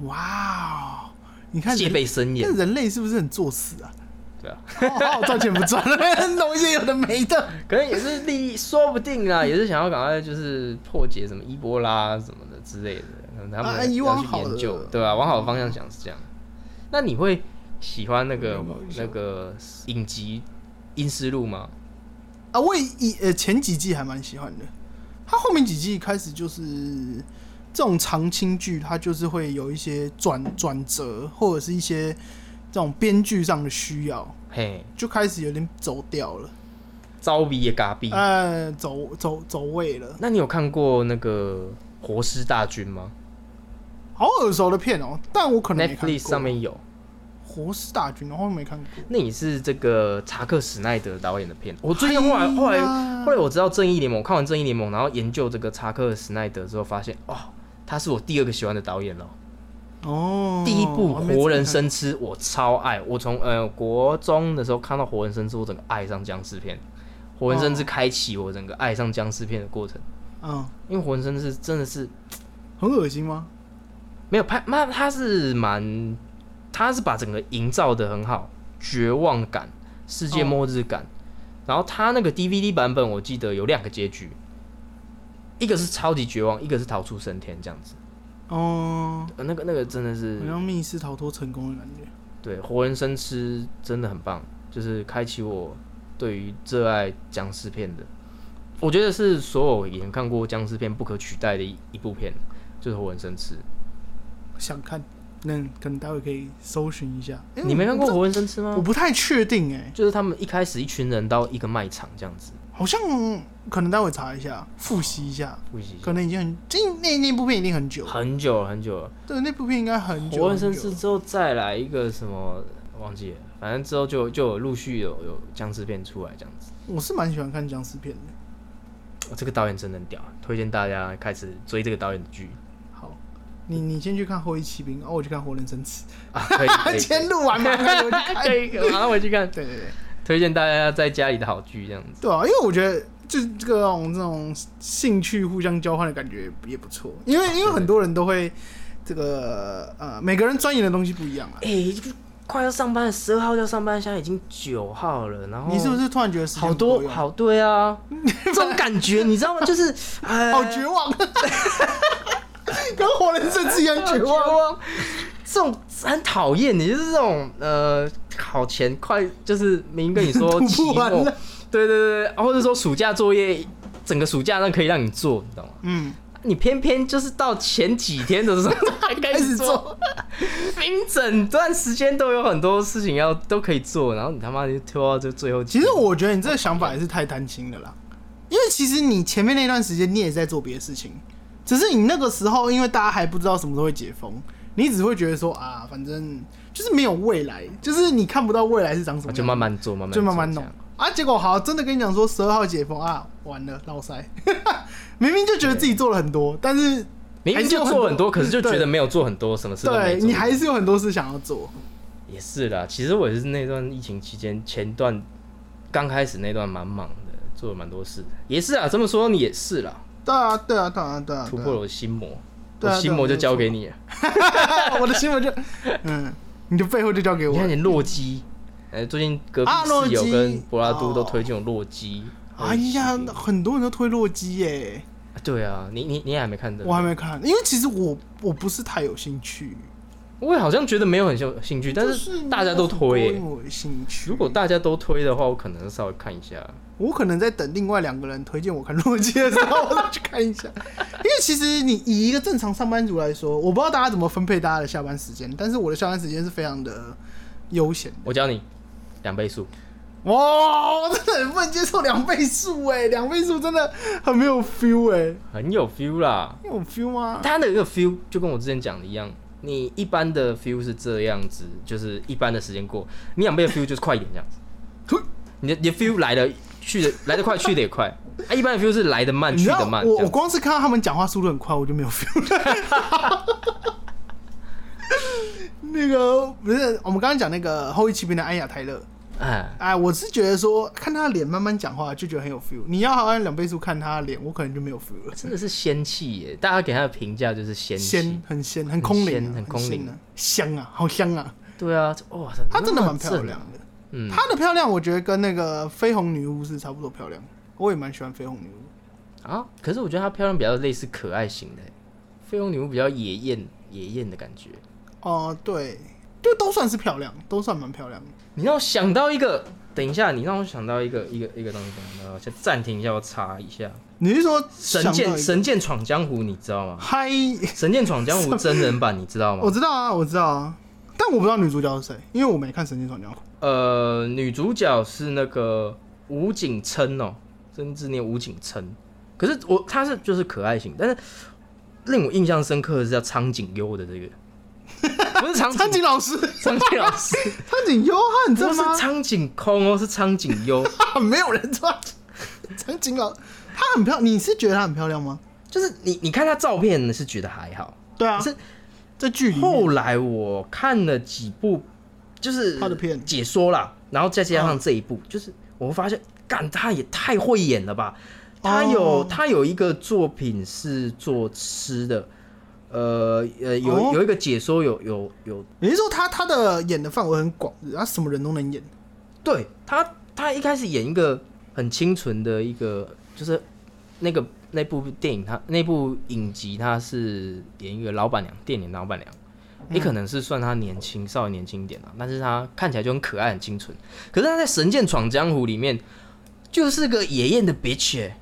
Speaker 2: 哇哦，你看
Speaker 1: 戒
Speaker 2: 人
Speaker 1: 备森严
Speaker 2: 那，人类是不是很作死啊？
Speaker 1: 对啊，
Speaker 2: 好好赚钱不赚了， 弄一些有的没的。
Speaker 1: 可能也是利益，说不定啊，也是想要赶快就是破解什么伊波拉什么的之类的，可能他
Speaker 2: 啊
Speaker 1: 们
Speaker 2: 以
Speaker 1: 要
Speaker 2: 往
Speaker 1: 去
Speaker 2: 好的
Speaker 1: 研究，对吧、啊往好的方向想是这样。那你会喜欢那个那个影集《阴尸路》吗？
Speaker 2: 啊，我以呃前几季还蛮喜欢的，他后面几季开始就是这种长青剧，它就是会有一些转转折，或者是一些这种编剧上的需要，
Speaker 1: 嘿，
Speaker 2: 就开始有点走掉了，
Speaker 1: 招逼也嘎逼。
Speaker 2: 呃，走走走位了，
Speaker 1: 那你有看过那个《活尸大军》吗
Speaker 2: 好耳熟的片哦、但我可能没看过。
Speaker 1: ？Netflix 上面有，
Speaker 2: 《活尸大军》，我好像没看过。
Speaker 1: 那也是这个查克·史奈德导演的片。我最近后来后
Speaker 2: 哎
Speaker 1: 来
Speaker 2: 呀
Speaker 1: 后来我知道《正义联盟》，我看完《正义联盟》，然后研究这个查克·史奈德之后，发现哦，他是我第二个喜欢的导演了。
Speaker 2: 哦，
Speaker 1: 第一部
Speaker 2: 我还
Speaker 1: 《
Speaker 2: 没
Speaker 1: 活人
Speaker 2: 真的
Speaker 1: 生吃》，我超爱。我从呃国中的时候看到《活人生吃》，我整个爱上僵尸片。《活人生
Speaker 2: 哦
Speaker 1: 吃》开启我整个爱上僵尸片的过程，
Speaker 2: 看，嗯，
Speaker 1: 因为《活人生吃》真的是
Speaker 2: 很恶心吗？
Speaker 1: 没有拍，那他是蛮，他是把整个营造的很好，绝望感、世界末日感。然后他那个 DVD 版本，我记得有两个结局，一个是超级绝望，一个是逃出升天这样子。
Speaker 2: 哦，
Speaker 1: 呃，那个那个真的是
Speaker 2: 好像密室逃脱成功的感觉。
Speaker 1: 对活人生吃真的很棒，就是开启我对于热爱僵尸片的，我觉得是所有以前看过僵尸片不可取代的一一部片，就是活人生吃。
Speaker 2: 想看，那可能待会可以搜寻一下。诶
Speaker 1: 你没看过
Speaker 2: 我
Speaker 1: 活人生吃
Speaker 2: 不
Speaker 1: 吗？
Speaker 2: 知道？我不太确定哎、诶
Speaker 1: 就是他们一开始一群人到一个卖场这样子
Speaker 2: 好像可能待会查一下，复习一下。
Speaker 1: 复习，
Speaker 2: 可能已经很，这那那部片一定很久，
Speaker 1: 很久了很久了。
Speaker 2: 对，那部片应该很久。
Speaker 1: 活人生
Speaker 2: 很久
Speaker 1: 吃之后再来一个什么忘记了，反正之后就就有陆续有有僵尸片出来这样子。
Speaker 2: 我是蛮喜欢看僵尸片的。
Speaker 1: 哦这个导演真的很屌，推荐大家开始追这个导演的 剧
Speaker 2: 好，你你先去看《后裔骑兵》，哦，我去看《活人生 吃
Speaker 1: 啊，可以》可 以
Speaker 2: 先录完嘛，然后我就去看
Speaker 1: 可以，可以马上回去看。
Speaker 2: 对对对，
Speaker 1: 推荐大家在家里的好剧这样子。
Speaker 2: 对啊，因为我觉得就是这个种这种兴趣互相交换的感觉也不错，因为因为很多人都会这个呃，每个人钻研的东西不一样啊。
Speaker 1: 哎、快要上班了，十二号就要上班，现在已经九号了，然后
Speaker 2: 你是不是突然觉得时间
Speaker 1: 好
Speaker 2: 不够
Speaker 1: 多
Speaker 2: 用
Speaker 1: 好对啊，这种感觉你知道吗？ 就是哎
Speaker 2: 好绝 望，跟活人生吃一样 绝望。
Speaker 1: 望，这种很讨厌你，就是这种呃，考前快就是明明跟你说
Speaker 2: 读不
Speaker 1: 期
Speaker 2: 完
Speaker 1: 末
Speaker 2: 了，
Speaker 1: 对对对，对或者说暑假作业，整个暑假那可以让你做，你懂吗？
Speaker 2: 嗯，
Speaker 1: 你偏偏就是到前几天的时候 才开始做， 明明整段时间都有很多事情要都可以做，然后你他妈就拖到这最后几
Speaker 2: 其
Speaker 1: 天。
Speaker 2: 实我觉得你这个想法也是太贪心了啦，因为其实你前面那段时间你也在做别的事情，只是你那个时候因为大家还不知道什么时候会解封，你只会觉得说啊，反正就是没有未来，就是你看不到未来是长什么
Speaker 1: 啊
Speaker 2: 样，
Speaker 1: 就慢慢做，慢慢
Speaker 2: 就
Speaker 1: 做
Speaker 2: 慢慢
Speaker 1: 这
Speaker 2: 弄
Speaker 1: 样
Speaker 2: 啊。结果好，真的跟你讲 说十二号解封啊，完了，落塞。明明就觉得自己做了很多，但是
Speaker 1: 明
Speaker 2: 还
Speaker 1: 明
Speaker 2: 是
Speaker 1: 就
Speaker 2: 有很
Speaker 1: 做
Speaker 2: 多
Speaker 1: 很多，可是就觉
Speaker 2: 对
Speaker 1: 得没有做很多，什么事都没
Speaker 2: 对
Speaker 1: 做。
Speaker 2: 你还是有很多事想要做，
Speaker 1: 也是啦，其实我也是那段疫情期间前段刚开始那段蛮忙的，做了蛮多事的。也是啊，这么说你也是啦，
Speaker 2: 对啊，对啊，对啊，对啊，
Speaker 1: 突破了我心魔，
Speaker 2: 对啊
Speaker 1: 我心魔就交给你了。
Speaker 2: 啊， 我的新闻就，嗯，你的背后就交给
Speaker 1: 你
Speaker 2: 我
Speaker 1: 看你洛基，呃，最近隔壁
Speaker 2: 啊洛
Speaker 1: 室
Speaker 2: 基哦
Speaker 1: 友跟柏拉都都推荐我洛基。
Speaker 2: 哎呀，很多人都推洛基耶，
Speaker 1: 对啊，你你你也还没看的，
Speaker 2: 我还没看，因为其实我我不是太有兴趣，
Speaker 1: 我也好像觉得没有很有兴趣，但
Speaker 2: 就是
Speaker 1: 是大家都推耶、
Speaker 2: 没有我的兴趣。
Speaker 1: 如果大家都推的话，我可能稍微看一下。
Speaker 2: 我可能在等另外两个人推荐我看洛基的时候，我再去 看一下。因为其实你以一个正常上班族来说，我不知道大家怎么分配大家的下班时间，但是我的下班时间是非常的悠闲。
Speaker 1: 我教你两倍速，
Speaker 2: 哇，我真的很不能接受两倍速哎，两倍速真的很没有 feel 哎，
Speaker 1: 很有 feel 啦。
Speaker 2: 你有 feel 吗？
Speaker 1: 它的一个 feel 就跟我之前讲的一样，你一般的 feel 是这样子，就是一般的时间过，你两倍 的 feel 就是快一点这样子，你的你的 feel 来的去 的来的快，去的也快，啊，一般的 feel 是来的慢，
Speaker 2: 你
Speaker 1: 去
Speaker 2: 知
Speaker 1: 的
Speaker 2: 道
Speaker 1: 慢，
Speaker 2: 我
Speaker 1: 这
Speaker 2: 我
Speaker 1: 样
Speaker 2: 光是看到他们讲话速度很快，我就没有 feel 了。 那个不是我们刚刚讲那个后裔骑兵的安雅泰勒，
Speaker 1: 哎，
Speaker 2: 哎，我是觉得说看他的脸慢慢讲话就觉得很有 feel。你要好像两倍速看他的脸，我可能就没有 feel 了。
Speaker 1: 真的是仙气耶，大家给他的评价就是仙气
Speaker 2: 鲜，，很鲜，很空灵啊，
Speaker 1: 很空
Speaker 2: 鲜
Speaker 1: 灵
Speaker 2: 啊，香啊，好香啊！
Speaker 1: 对啊，哇，
Speaker 2: 她真的蛮
Speaker 1: 那
Speaker 2: 漂
Speaker 1: 么正
Speaker 2: 亮
Speaker 1: 啊，
Speaker 2: 的。
Speaker 1: 嗯，
Speaker 2: 她的漂亮，我觉得跟那个绯红女巫是差不多漂亮。我也蛮喜欢绯红女巫。
Speaker 1: 啊，可是我觉得她漂亮比较类似可爱型的耶，绯红女巫比较野艳野艳的感觉，
Speaker 2: 哦、对，就都算是漂亮，都算蛮漂亮的。
Speaker 1: 你让我想到一个，等一下，你让我想到一个一个一个东西，等一下我先暂停一下，我查一下《
Speaker 2: 你是说
Speaker 1: 神剑
Speaker 2: 想到一个
Speaker 1: 神剑闯江湖》，你知道吗？
Speaker 2: 嗨？
Speaker 1: 《神剑闯江湖》真人版你知道
Speaker 2: 我
Speaker 1: 吗？
Speaker 2: 知道啊，我知道啊，但我不知道女主角是谁，因为我没看《神剑闯江湖》。
Speaker 1: 呃，女主角是那个吴景琛哦，曾志念吴景琛。可是我她是就是可爱型，但是令我印象深刻的是叫苍井优的这 个，不是苍
Speaker 2: 苍
Speaker 1: 井
Speaker 2: 井老师，
Speaker 1: 苍井老师，
Speaker 2: 苍井优汉，
Speaker 1: 不
Speaker 2: 真
Speaker 1: 是
Speaker 2: 的吗？
Speaker 1: 苍井空哦，是苍井优。
Speaker 2: 啊， 没有人抓苍井老，她很漂你是觉得她很漂亮吗？
Speaker 1: 就是你你看她照片是觉得还好，
Speaker 2: 对啊
Speaker 1: 可，是
Speaker 2: 在剧里面，
Speaker 1: 后来我看了几部，就是
Speaker 2: 他的片
Speaker 1: 解说啦，然后再加上这一部，就是我会发现，干他也太会演了吧！他有、
Speaker 2: 哦
Speaker 1: 他有一个作品是做吃的，呃呃，有、
Speaker 2: 哦
Speaker 1: 有一个解说有有有，
Speaker 2: 你是说她她的演的范围很广，她什么人都能演？
Speaker 1: 对他他一开始演一个很清纯的一个，就是那个那部电影他那部影集他是演一个老板娘，店里的老板娘。
Speaker 2: 嗯
Speaker 1: 也可能是算他年轻，稍微年轻一点啊，但是他看起来就很可爱、很清纯。可是他在《神剑闯江湖》里面就是个野艳的 bitch，、欸、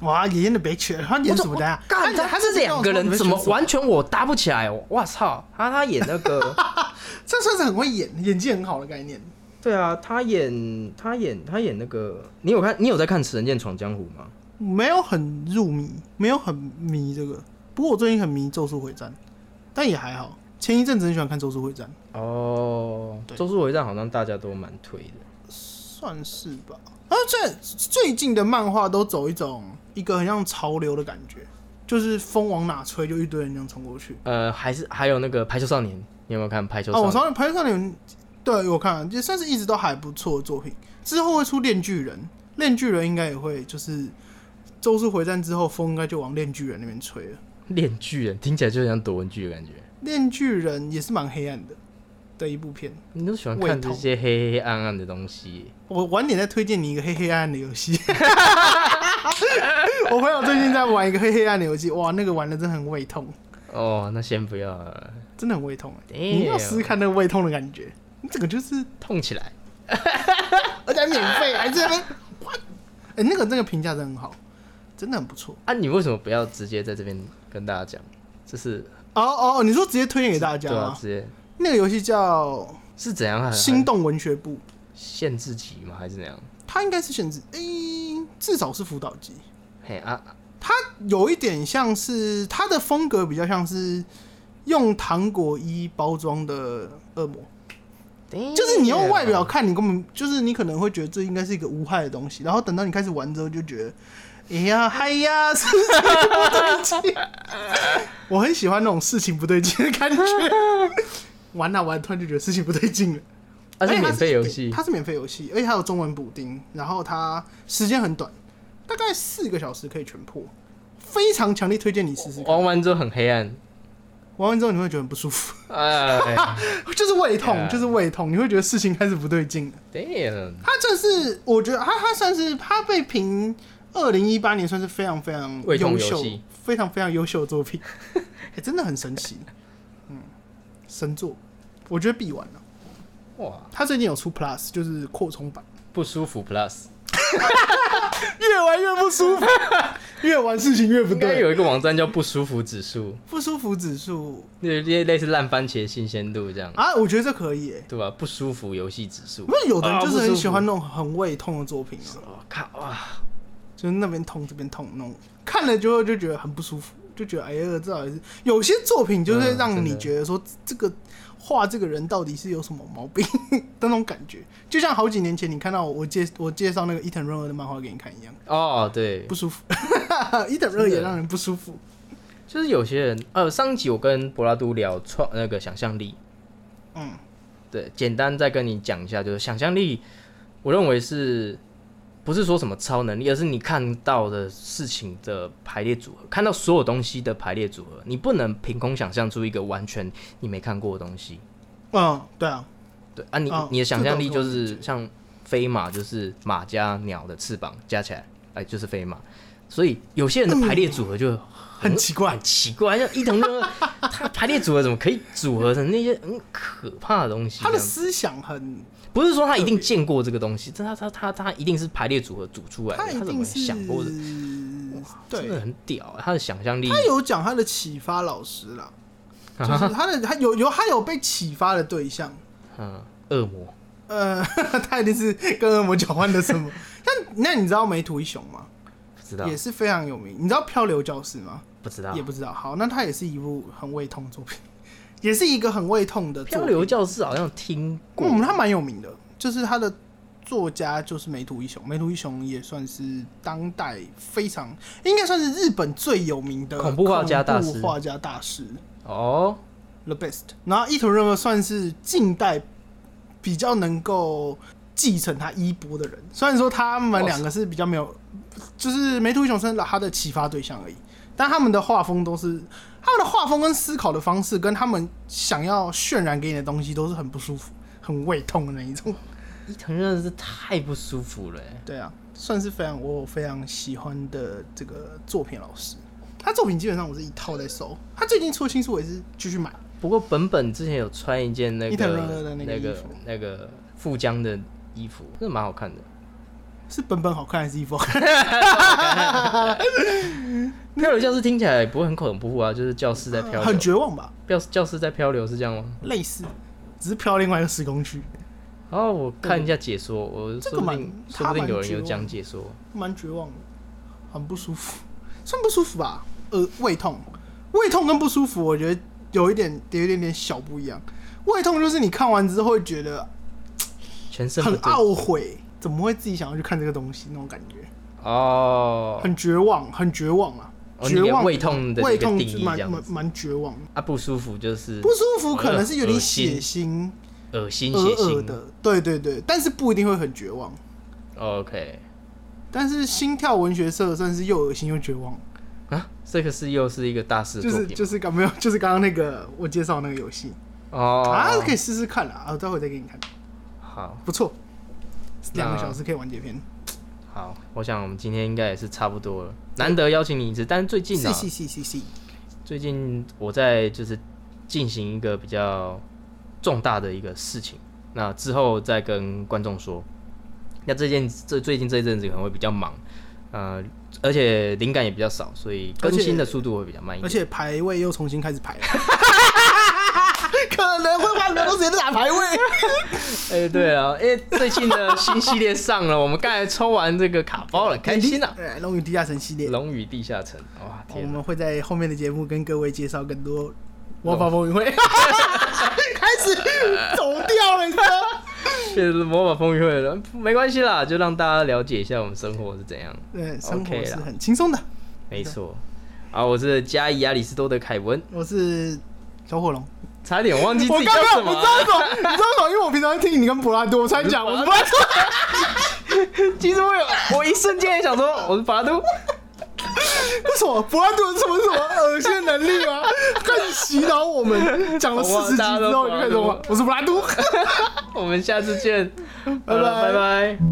Speaker 2: 哇，演演的别缺，她演什么的呀
Speaker 1: 我？说哇干，
Speaker 2: 她
Speaker 1: 他
Speaker 2: 她
Speaker 1: 这两个人怎么
Speaker 2: 玩？
Speaker 1: 完全我搭不起来哦？我操，他他演那 个，
Speaker 2: 这算是很会演，演技很好的概念。
Speaker 1: 对啊，他演他演他演那个，你有看你有在看《神剑闯江湖》吗？
Speaker 2: 没有很入迷，没有很迷这个。不过我最近很迷《咒术回战》，但也还好。前一阵子很喜欢看《咒术回战
Speaker 1: 哦，
Speaker 2: 对
Speaker 1: 《咒术回战》好像大家都蛮推的，》，
Speaker 2: 算是吧。啊，最最近的漫画都走一种一个很像潮流的感觉，就是风往哪吹就一堆人这样冲过去。
Speaker 1: 呃，还是还有那个《排球少年》，你有没有看《排球
Speaker 2: 啊，
Speaker 1: 少
Speaker 2: 我
Speaker 1: 年》
Speaker 2: 上面拍上面，对我看也算是一直都还不错的作品。之后会出《链巨人》，《链巨人》应该也会就是《咒术回战》之后风应该就往《链巨人》那边吹了。
Speaker 1: 炼巨人》听起来就很像夺文剧的感觉。
Speaker 2: 《链巨人》也是蛮黑暗的的一部片。
Speaker 1: 你都喜欢
Speaker 2: 胃
Speaker 1: 看这
Speaker 2: 痛
Speaker 1: 些黑黑暗暗的东西，
Speaker 2: 我晚点再推荐你一个黑黑暗暗的游 戏。我朋友最近在玩一个黑黑暗的游戏，哇，那个玩的真的很胃痛，
Speaker 1: 哦，那先不要了，
Speaker 2: 真的很胃痛、欸。
Speaker 1: Damn
Speaker 2: 你要试试看那个胃痛的感觉，你整个就是，呃
Speaker 1: 痛起来。
Speaker 2: 而且还免费，还在那边 what？哎、那个那个评价真的很好，真的很不错。
Speaker 1: 啊，你为什么不要直接在这边跟大家讲？这是
Speaker 2: 哦哦，哦你说直接推荐给大家
Speaker 1: 对啊
Speaker 2: 吗，？
Speaker 1: 直接
Speaker 2: 那个游戏叫
Speaker 1: 是怎样啊？
Speaker 2: 《
Speaker 1: 还
Speaker 2: 心动文学部》，
Speaker 1: 限制级吗？还是怎样？
Speaker 2: 它应该是选自，诶、至少是辅导级。
Speaker 1: 嘿 啊，
Speaker 2: 它有一点像是它的风格比较像是用糖果衣包装的恶魔，
Speaker 1: 嗯
Speaker 2: 就是你用外表看，你根本就是你可能会觉得这应该是一个无害的东西，然后等到你开始玩之后就觉得，哎呀 嗨呀，事情不对劲。 我很喜欢那种事情不对劲的感觉。 玩啊玩，突然就觉得事情不对劲了。
Speaker 1: 它啊哎是
Speaker 2: 而且
Speaker 1: 免费游戏
Speaker 2: 它是免费游戏，而且它有中文补丁，然后它时间很短，大概四个小时可以全破，非常强烈推荐你试试看。
Speaker 1: 玩完之后很黑暗，
Speaker 2: 玩完之后你会觉得很不舒服，
Speaker 1: 哎
Speaker 2: 就是胃痛
Speaker 1: Yeah
Speaker 2: 就是胃痛，你会觉得事情开始不对劲了。
Speaker 1: ，damn，
Speaker 2: 它这是我觉得它它算是它被评二零一八年算是非常非常
Speaker 1: 胃痛
Speaker 2: 优
Speaker 1: 游
Speaker 2: 秀
Speaker 1: 戏、
Speaker 2: 非常非常优秀的作品， 哎、真的很神奇，嗯，神作，我觉得必玩了、啊
Speaker 1: 哇，
Speaker 2: 它最近有出 Plus，就是扩充版。
Speaker 1: 不舒服 plus，
Speaker 2: 越玩越不舒服，越玩事情越不
Speaker 1: 应该
Speaker 2: 对。
Speaker 1: 有一个网站叫不舒服指数，
Speaker 2: 不舒服指数
Speaker 1: 类类类似烂番茄新鲜度这样，
Speaker 2: 啊，我觉得这可以、欸。
Speaker 1: 对吧？不舒服游戏指数
Speaker 2: 不，是有的人就是
Speaker 1: 啊不舒
Speaker 2: 很
Speaker 1: 服
Speaker 2: 喜欢那种很胃痛的作品啊，
Speaker 1: 我靠哇，
Speaker 2: 就是那边痛这边痛那种，看了之后就觉得很不舒服，就觉得哎呀，这到底是有些作品就是会
Speaker 1: 嗯
Speaker 2: 让
Speaker 1: 真
Speaker 2: 你
Speaker 1: 的
Speaker 2: 觉得说这个画这个人到底是有什么毛病 的那种感觉，就像好几年前你看到我我介我介绍那个伊藤润二的漫画给你看一样，
Speaker 1: 哦对
Speaker 2: 不，舒服，伊藤润二
Speaker 1: 真
Speaker 2: 也
Speaker 1: 的
Speaker 2: 让人不舒服。
Speaker 1: 就是有些人，呃，上一集我跟柏拉都聊创那个想象力，
Speaker 2: 嗯，
Speaker 1: 对，简单再跟你讲一下，就是想象力，我认为是不是说什么超能力，而是你看到的事情的排列组合，看到所有东西的排列组合，你不能凭空想象出一个完全你没看过的东西。
Speaker 2: 嗯，对啊，
Speaker 1: 对啊你，你
Speaker 2: 哦
Speaker 1: 的想象力
Speaker 2: 这个
Speaker 1: 就
Speaker 2: 我懂
Speaker 1: 是像飞马，就是马加鸟的翅膀加起来，哎，就是飞马。所以有些人的排列组合就
Speaker 2: 很奇怪
Speaker 1: 很。奇 怪，像伊藤润二，他排列组合怎么可以组合成那些很可怕的东西这
Speaker 2: 他
Speaker 1: 样
Speaker 2: 的
Speaker 1: 子？
Speaker 2: 思想很，
Speaker 1: 不是说他一定见过这个东西，但他他他他一定是排列组合组出来的，
Speaker 2: 一
Speaker 1: 他怎
Speaker 2: 定
Speaker 1: 么
Speaker 2: 是
Speaker 1: 想过的？真的
Speaker 2: 对，
Speaker 1: 很屌、欸他的想象力。
Speaker 2: 他有讲他的启发老师 啦，就是他的他有有他有被启发的对象，
Speaker 1: 嗯，恶魔
Speaker 2: 呃， 他一定是跟恶魔交换的 什么？但那你知道美土一雄吗？
Speaker 1: 不知道
Speaker 2: 也，是非常有名。你知道漂流教室吗？
Speaker 1: 不知道
Speaker 2: 也。不知道。好，那他也是一部很胃痛的作品，也是一个很胃痛的作
Speaker 1: 漂
Speaker 2: 品。
Speaker 1: 流教室好像听过，
Speaker 2: 嗯，他蛮有名的，就是他的作家就是梅图一雄，梅图一雄也算是当代非常应该算是日本最有名的
Speaker 1: 恐怖画家大师
Speaker 2: 恐怖画家大师
Speaker 1: 哦，
Speaker 2: ，the best。然后伊藤润二算是近代比较能够继承他衣钵的人，虽然说他们两个是比较没有，就是梅图一雄算是他的启发对象而已，但他们的画风都是。他们的画风跟思考的方式，跟他们想要渲染给你的东西，都是很不舒服、很胃痛的那一种。
Speaker 1: 伊藤润二是太不舒服了、欸。
Speaker 2: 对啊，算是非常我非常喜欢的这个作品老师。他作品基本上我是一套在收，他最近出的新书我也是继续买。
Speaker 1: 不过本本之前有穿一件那
Speaker 2: 伊
Speaker 1: 个
Speaker 2: 藤润二的那个
Speaker 1: 那
Speaker 2: 衣服
Speaker 1: 个那个富江的衣服，那蛮好看的。
Speaker 2: 是本本好看还是衣服好看？
Speaker 1: 漂流教室听起来不会很恐怖啊，就是教室在漂
Speaker 2: 嗯很
Speaker 1: 流，
Speaker 2: 绝望吧？
Speaker 1: 教教室在漂流是这样吗？
Speaker 2: 类似，只是飘另外一个时空区，
Speaker 1: 然后哦我看一下解说，我
Speaker 2: 这
Speaker 1: 说
Speaker 2: 个
Speaker 1: 不
Speaker 2: 蛮
Speaker 1: 定
Speaker 2: 他
Speaker 1: 说不定
Speaker 2: 蛮
Speaker 1: 有人有
Speaker 2: 绝望哦
Speaker 1: 讲解说，
Speaker 2: 蛮绝望的，很不舒服，算不舒服吧？呃，胃痛，胃痛跟不舒服，我觉得有一点有一点点小不一样。胃痛就是你看完之后会觉得
Speaker 1: 全身
Speaker 2: 很
Speaker 1: 不对
Speaker 2: 懊悔，怎么会自己想要去看这个东西那种感觉。
Speaker 1: 哦，
Speaker 2: 很绝望，很绝望啊！
Speaker 1: 哦
Speaker 2: 绝
Speaker 1: 你连
Speaker 2: 望，
Speaker 1: 胃痛的
Speaker 2: 胃
Speaker 1: 这个
Speaker 2: 痛
Speaker 1: 定义
Speaker 2: 蛮
Speaker 1: 这样
Speaker 2: 蛮
Speaker 1: 子
Speaker 2: 蛮绝望，
Speaker 1: 啊，不舒服就是
Speaker 2: 不舒服可能是有点
Speaker 1: 恶
Speaker 2: 血
Speaker 1: 心
Speaker 2: 腥、
Speaker 1: 恶心
Speaker 2: 恶
Speaker 1: 血
Speaker 2: 恶
Speaker 1: 腥
Speaker 2: 的，对对对，但是不一定会很绝望。
Speaker 1: ，OK
Speaker 2: 但是心跳文学社算是又恶心又绝望，
Speaker 1: 啊，这个是又是一个大师
Speaker 2: 就
Speaker 1: 的作
Speaker 2: 是
Speaker 1: 品
Speaker 2: 就是刚没有，就是刚刚那个我介绍那个游戏
Speaker 1: 哦，
Speaker 2: 啊，可以试试看啦，啊，待会再给你看，
Speaker 1: 好
Speaker 2: 不错，两个
Speaker 1: 那
Speaker 2: 小时可以完结篇，
Speaker 1: 好，我想我们今天应该也是差不多了，难得邀请你一次，但是最近
Speaker 2: 是
Speaker 1: 啊，
Speaker 2: 是是是是，
Speaker 1: 最近我在就是进行一个比较重大的一个事情，那之后再跟观众说。那这件这最近这一阵子可能会比较忙，呃，而且灵感也比较少，所以更新的速度会比较慢一
Speaker 2: 而
Speaker 1: 点。
Speaker 2: 且排位又重新开 始排了，可能会花很多时间在打排位。
Speaker 1: 哎、对啊，哎、最近的新系列上了，我们刚才抽完这个卡包了，开心 啊！
Speaker 2: 哎，龙与地下城系列，
Speaker 1: 龙与地下城，哇
Speaker 2: 我
Speaker 1: 天啊哪！
Speaker 2: 们会在后面的节目跟各位介绍更多 魔法风云会。开始走掉了，你知道吗？
Speaker 1: 是魔法风云会了，没关系啦，就让大家了解一下我们生活是怎样。
Speaker 2: 对，生活
Speaker 1: OK
Speaker 2: 是
Speaker 1: 啦
Speaker 2: 很轻松的。
Speaker 1: 没错，啊，我是加伊亚里士多德凯文，
Speaker 2: 我是小火龙，
Speaker 1: 差点忘记自
Speaker 2: 我
Speaker 1: 己
Speaker 2: 刚
Speaker 1: 叫
Speaker 2: 刚
Speaker 1: 什
Speaker 2: 不
Speaker 1: 么啊
Speaker 2: 知道为什么，你知道为什么？因为我平常听你跟柏拉多，我才讲我是 柏拉多。
Speaker 1: 其实我有，我一瞬间也想说我是巴 都，
Speaker 2: 为什么柏拉图有什么什么恶心的能力吗？开始洗脑我们，讲了四十集之后，你就开始说我是柏拉图。
Speaker 1: 我们下次见，呃
Speaker 2: 拜
Speaker 1: 好了拜拜。